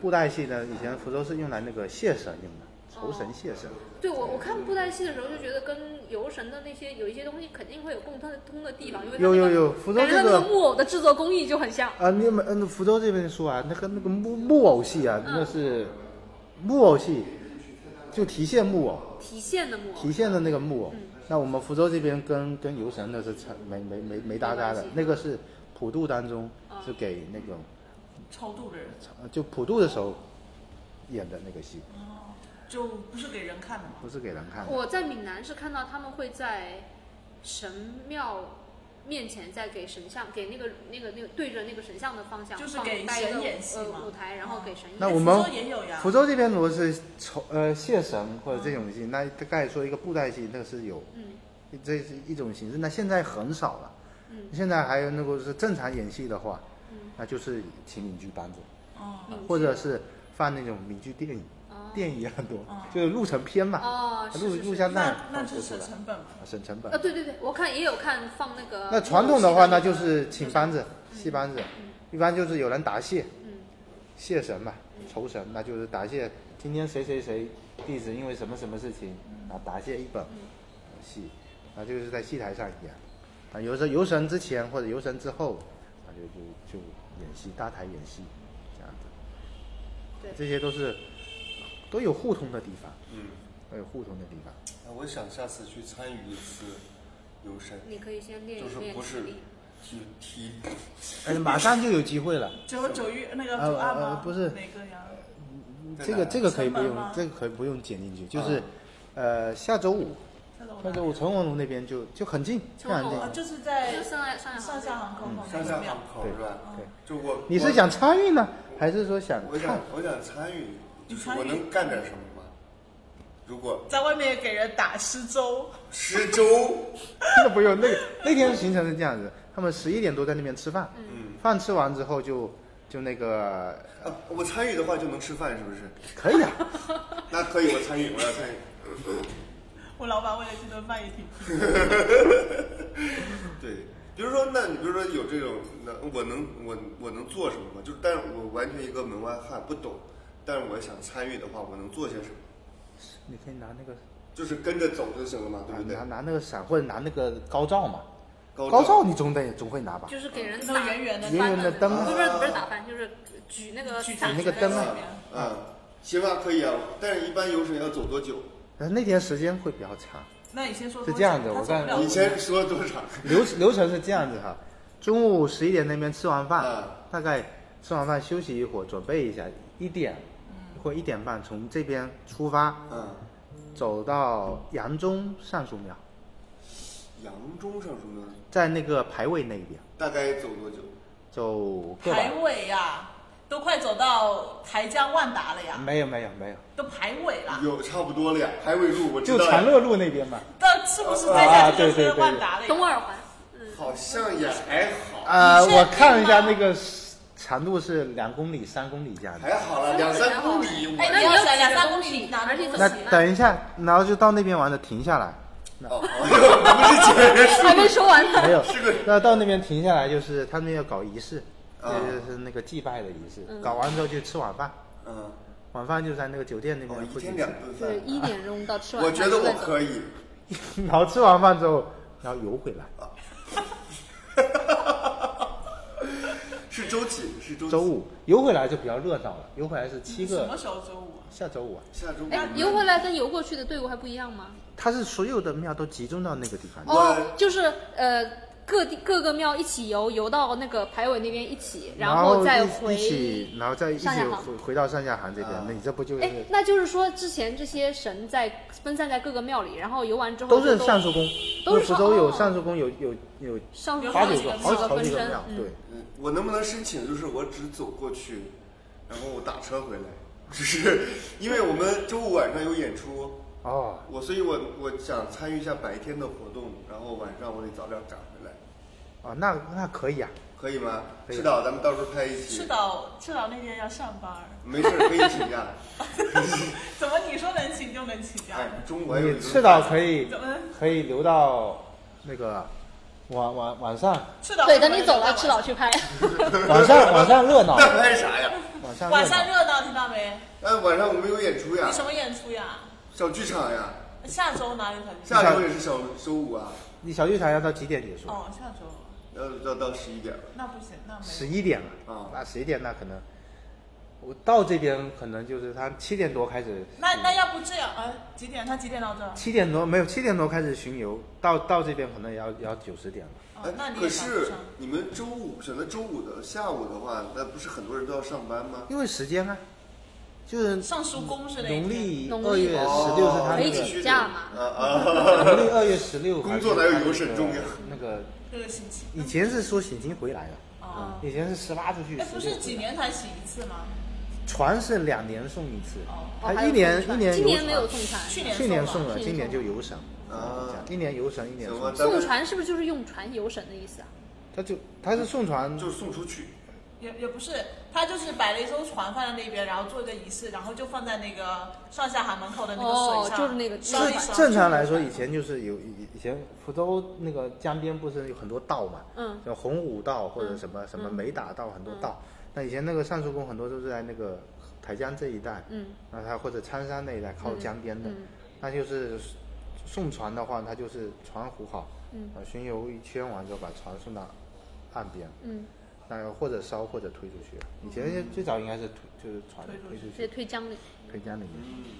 布袋戏呢，以前福州是用来那个谢神用的，酬神谢神。
哦对我我看布袋戏的时候就觉得跟游神的那些有一些东西肯定会有共通的通的地方，因为它
有
那个
有有福州
感觉它
这
那
个
个木偶的制作工艺就很像。
啊，你们嗯，福州这边说啊，那个那个木木偶戏啊，那是木偶戏，就提线木偶，
提线的木偶
提，线的那个木偶。
嗯
那我们福州这边跟跟游神的是差没没没没搭嘎
没关
的
系，哦
那个是普渡当中是给那种
超度的人，
呃就普渡的时候演的那个戏，
就不是给人看的嘛。
不是给人看的。
我在闽南是看到他们会在神庙面前，在给神像给那个那个那个对着那个神像的方向，
就是
放
给
摆一
神
个
演戏嘛
呃舞台，然后给神演。
那
哎
我们
福州也有呀，
福州这边如果是酬呃谢神或者这种戏，那大概说一个布袋戏，那个是有，这是一种形式。那现在很少了，现在还有那个是正常演戏的话，那就是请闽剧班子，
哦
或者是放那种闽剧电影，电影也很多，就是录成片嘛，
哦，是
录
是
录
是。
像带
那那
放
就
出去
是
了，
成本嘛。
啊省成本
啊，。对对对，我看也有看放那个。
那传统的话，那
那
就
个
是请班子，戏班子，一般就是有人答谢，谢神嘛，酬神，那就是答谢今天谁谁谁弟子因为什么什么事情，啊答谢一本戏，那就是在戏台上演，啊，游神游神之前或者游神之后，啊就就就演戏搭台演戏这样子
对，
这些都是都有互通的地方，
嗯，
都有互通的地方。
哎我想下次去参与一次游神，
你可以先练
就
一
是
练
不
体
是
力。
去踢，
哎，马上就有机会了，
九九月那个
呃
九二
呃
吗？
不是
哪个呀？
这个这个可以不
成本
用
吗，
这个可以不用剪进去，就是，呃，下周五，
那
下周
个
五城隍路那边就就很近，非常近
啊，。就是在
就上海上海
上
航
下
站
航
嗯
空
上下
秒
港口是吧？
对，
就我
你是
我
想参与呢，还是说想
我
看 <laughs>
想？我想参与，
你
就是
参与
我能干点什么吗？如果
在外面给人打施粥，
吃粥，
那不用，那个那天行程是这样子，他们十一点多在那边吃饭，
嗯，
饭吃完之后就就那个
啊，我参与的话就能吃饭，是不是？
可以啊， <laughs>
那可以，我参与，我要参与。
我老板为了这顿饭也挺拼
对，比如说，那你比如说有这种，那我能我我能做什么吗？就是，但是我完全一个门外汉，不懂。但是我想参与的话，我能做些什么？
你可以拿那个
就是跟着走就行了嘛，对不对
拿？拿那个伞或者拿那个高照嘛，
高
嗯高照你总得总会拿吧，
就是给人
那
打
个圆圆的
圆圆的灯
不是不是打翻，就是举那个
举
伞
那个
在
灯
手
啊
里
啊
面
啊，行吧，可以啊。但是一般游神要走多久？
但是那天时间会比较长。
那你先说
是这样的
他
我
走不
告
了
诉
你先说多少？
流流程是这样子哈，中午十一点那边吃完饭，
嗯
大概吃完饭休息一会儿，准备一下，一点或一点半从这边出发，
嗯，
走到扬中上书庙，
扬中上什么？
在那个排位那一边
大概走多久？
走个吧
排，尾呀，都快走到台江万达了
啊
呀，
没有没有没嗯有，
都排尾了。
有差不多了呀，排位路我知
就
道
长
呀，
乐路那边嘛，
但是不是再下
啊
去
对
就
对
是
对
万达了呀？
东二环，
好像也还好，
啊、
你是
我看了一下那个长度是两公里三公里这样子。
还好了，两三公里我。
哎，
那
那
你要
要
想
想
两
两
三
三
公
公
里
里，
哪里走
那
行了
等一下，然后就到那边完了停下来，
哦， <laughs> 不是前面说
还没说完呢。
<laughs> 没有
是个，
那到那边停下来就是他们要搞仪式，
啊
就是那个祭拜的仪式，
嗯
搞完之后就吃晚饭，
嗯，
晚饭就在那个酒店那
哦，
边
一
附近
天
吃，
两顿
就是
饭，
一点钟到吃完
我
饭
觉得
就
我
再走
可以。
<laughs> 然后吃完饭之后，然后游回来。
啊是周几？是周几
周，五游回来就比较热闹了，游回来是七
什么
个，
时候周五啊？
下周五啊，
下周五。
哎，游回来跟游过去的队伍还不一样吗？
它是所有的庙都集中到那个地方，
哦，就是呃，各地各个庙一起游，游到那个排尾那边一起，
然
后再
一
回哎
一。起，然后再一起
上下行
回回到上下行这边
啊，
那你这不就是
哎，那就是说之前这些神在分散在各个庙里，然后游完之后
都是
就
上寿宫？
都是
福
上
州有
哦
上寿宫，有有有
上
有
好
好
几
几
个，
个
好
庙
好几
分
个
身
庙，
嗯
对。
嗯我能不能申请？就是我只走过去，然后我打车回来。 <laughs> 只是因为我们周五晚上有演出，
哦，
我所以我，我想参与一下白天的活动，然后晚上我得早点赶回来，
啊，那那可以啊，
可以吗？
可以
赤岛，咱们到时候拍一期。
赤，岛赤岛那天要上班儿，
没事儿可以请假。
怎么你说能请就能请假？
哎，中午还有一
你
顿
赤岛
饭
可以
怎么
可以留到那个晚晚
<laughs>
晚上
赤岛
对，等你走了，赤岛去拍。
晚上晚上热闹，
<laughs> 那拍啥呀？
晚上
晚
热
上
闹。
热闹，听到没？
哎，晚上我们有演出呀
你，什么演出呀？
小剧场呀，
下周哪里才能？
下周也是小周五啊，
你小剧场要到几点结束？
哦，下周
要要到十一点了。
那不行，那没
十一点了
啊
那十一点那可能我到这边可能就是他七点多开始，
那那要不这样，呃，几点？他几点到这儿？
七点多没有七点多开始巡游，到到这边可能也要也要九十点了。
哦
哎，
那你
可
也赶不
是
上。
你们周五选择周五的下午的话，那不是很多人都要上班吗？
因为时间啊，就是
上书宫是哪一
农
天？
历
农历
二月哦十六是他
可以
那
请
个
请假嘛
啊啊！
农 <laughs> 历二月十六，
工作哪有游神重要？
那个
这个星期。
以前是说省亲回来的，嗯
哦。
以前是十八出去，
哎，不是
16
几
回来
年才洗一次吗？
船是两年送一次
哦，
哦还
他
有
一年
送
一
船
年
今年没有
船
送船，
去年
去年送
了。
了，
去年
今年
送
就
了
游神
啊
一年游神一年
行
送
吧，，咱
送
们
船是不是就是用船游神的意思啊？
他就他是送船
就送出去。
哦
也也不是，他就是摆了一艘船放在那边，然后做一个仪式，然后就放在那个上下海门口的那个水上，
哦就是那个
烧一烧
正常来说，以前就是有以以前福州那个江边不是有很多道嘛，
嗯，
叫红武道或者什么什么梅打道很多道，那以前那个上书宫很多都是在那个台江这一带，
嗯，
那它或者苍山那一带靠江边的，那就是送船的话，它就是船糊好，
嗯
呃，巡游一圈完之后把船送到岸边，
嗯，哦
那要或者烧或者推出去。以前最早应该是推就是船
推出
推出
直接
去，
推江里。
推江里面。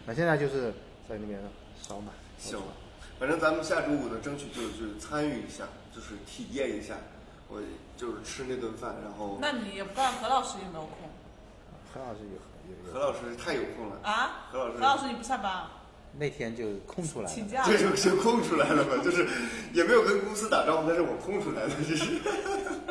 那现在就是在那边烧嘛。
行，反正咱们下周五呢，争取就就参与一下，就是体验一下，我就是吃那顿饭，然后
那你也不知道何老师有没有空
何老师有有
何
有，
老师太有空了，
啊？
何老师
何老师你不上班啊，
那天就空出来
请
了。
假
<laughs> 这就就空出来了嘛，就是也没有跟公司打招呼，但是我空出来了，就是。 <laughs>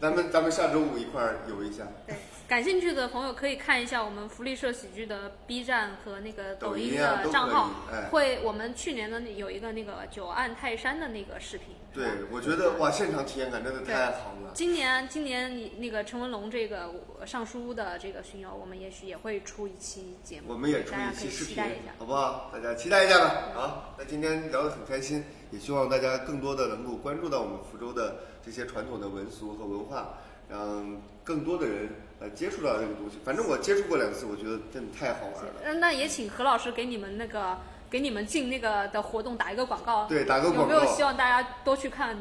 咱们咱们下周五一块儿游一下，
对，感兴趣的朋友可以看一下我们福利社喜剧的 B 站和那个抖音
抖音啊
的
都
账
可
号
以哎，
会我们去年的那有一个那个九岸泰山的那个视频。
对我觉得哇，现场体验感真的
对
太好了。
今年今年你那个陈文龙这个呃上书的这个巡游，我们也许也会出一期节目，
我们也出
大家
一
可
期
以
视
期
频
待一下，。嗯
好不好？大家期待一下吧。好，那今天聊得很开心，也希望大家更多的能够关注到我们福州的这些传统的文俗和文化，让更多的人呃接触到这个东西。反正我接触过两次，我觉得真的太好玩了。
嗯，那也请何老师给你们那个给你们进那个的活动打一个广告，
对打个
有
广
没
告
有希望大家多去看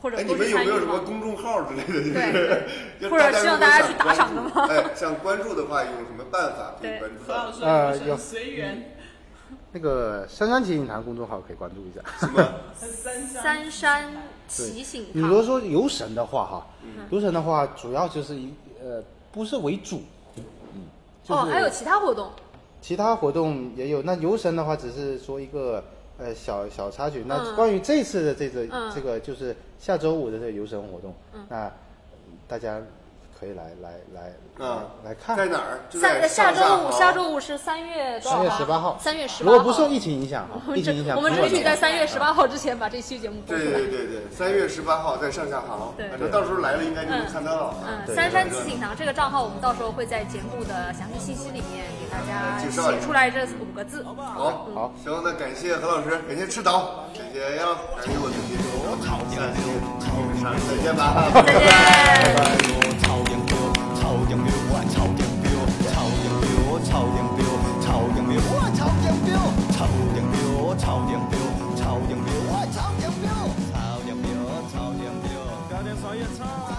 或者
哎，你
多
们
去
有
参
没
与
有什么
吗？
公众号之类的？
对对
<laughs> 就是
或者
如果
希望大家
想
去打赏的
关注
吗
<laughs> 哎，想关注的话，有什么办法可以
对
关注
何老
到？
师
呃
就是
有
随缘，
那个杉杉奇影堂公众号可以关注一下。
三
三山奇醒
你如果
堂，
说游神的话哈，
嗯
游神的话主要就是一呃不是为主，嗯，就是、
哦，还有其他活动，
其他活动也有。那游神的话，只是说一个呃小小插曲。那
嗯
关于这次的这个、
嗯
这个，就是下周五的这个游神活动，那大家可以来来来
啊，
来来看
在。哪儿？就
下
在
下
上
周五，
豪
下周五是三月多
三
少
月十八号，
三月十八
如
号。
果不受疫情影响
我
哈，疫
们
情影
争
响
我们
不
争
管
取
的
在三月十八号之前把这期节目播
对
出来。
对对对，三月十八号在上下行，
对
反正到时候来了应该就能看到了。啊
嗯，
对
三山
对
七景堂这个账号，我们到时候会在节目的详细信息里面给大家
介绍一下
写出来这五个字。
好，
好，
行，那感谢何老师，感谢赤岛，感谢杨老师，感谢我自己，我们下期我们上再见吧，
<laughs>
拜
再
拜。
见。
高点双月唱。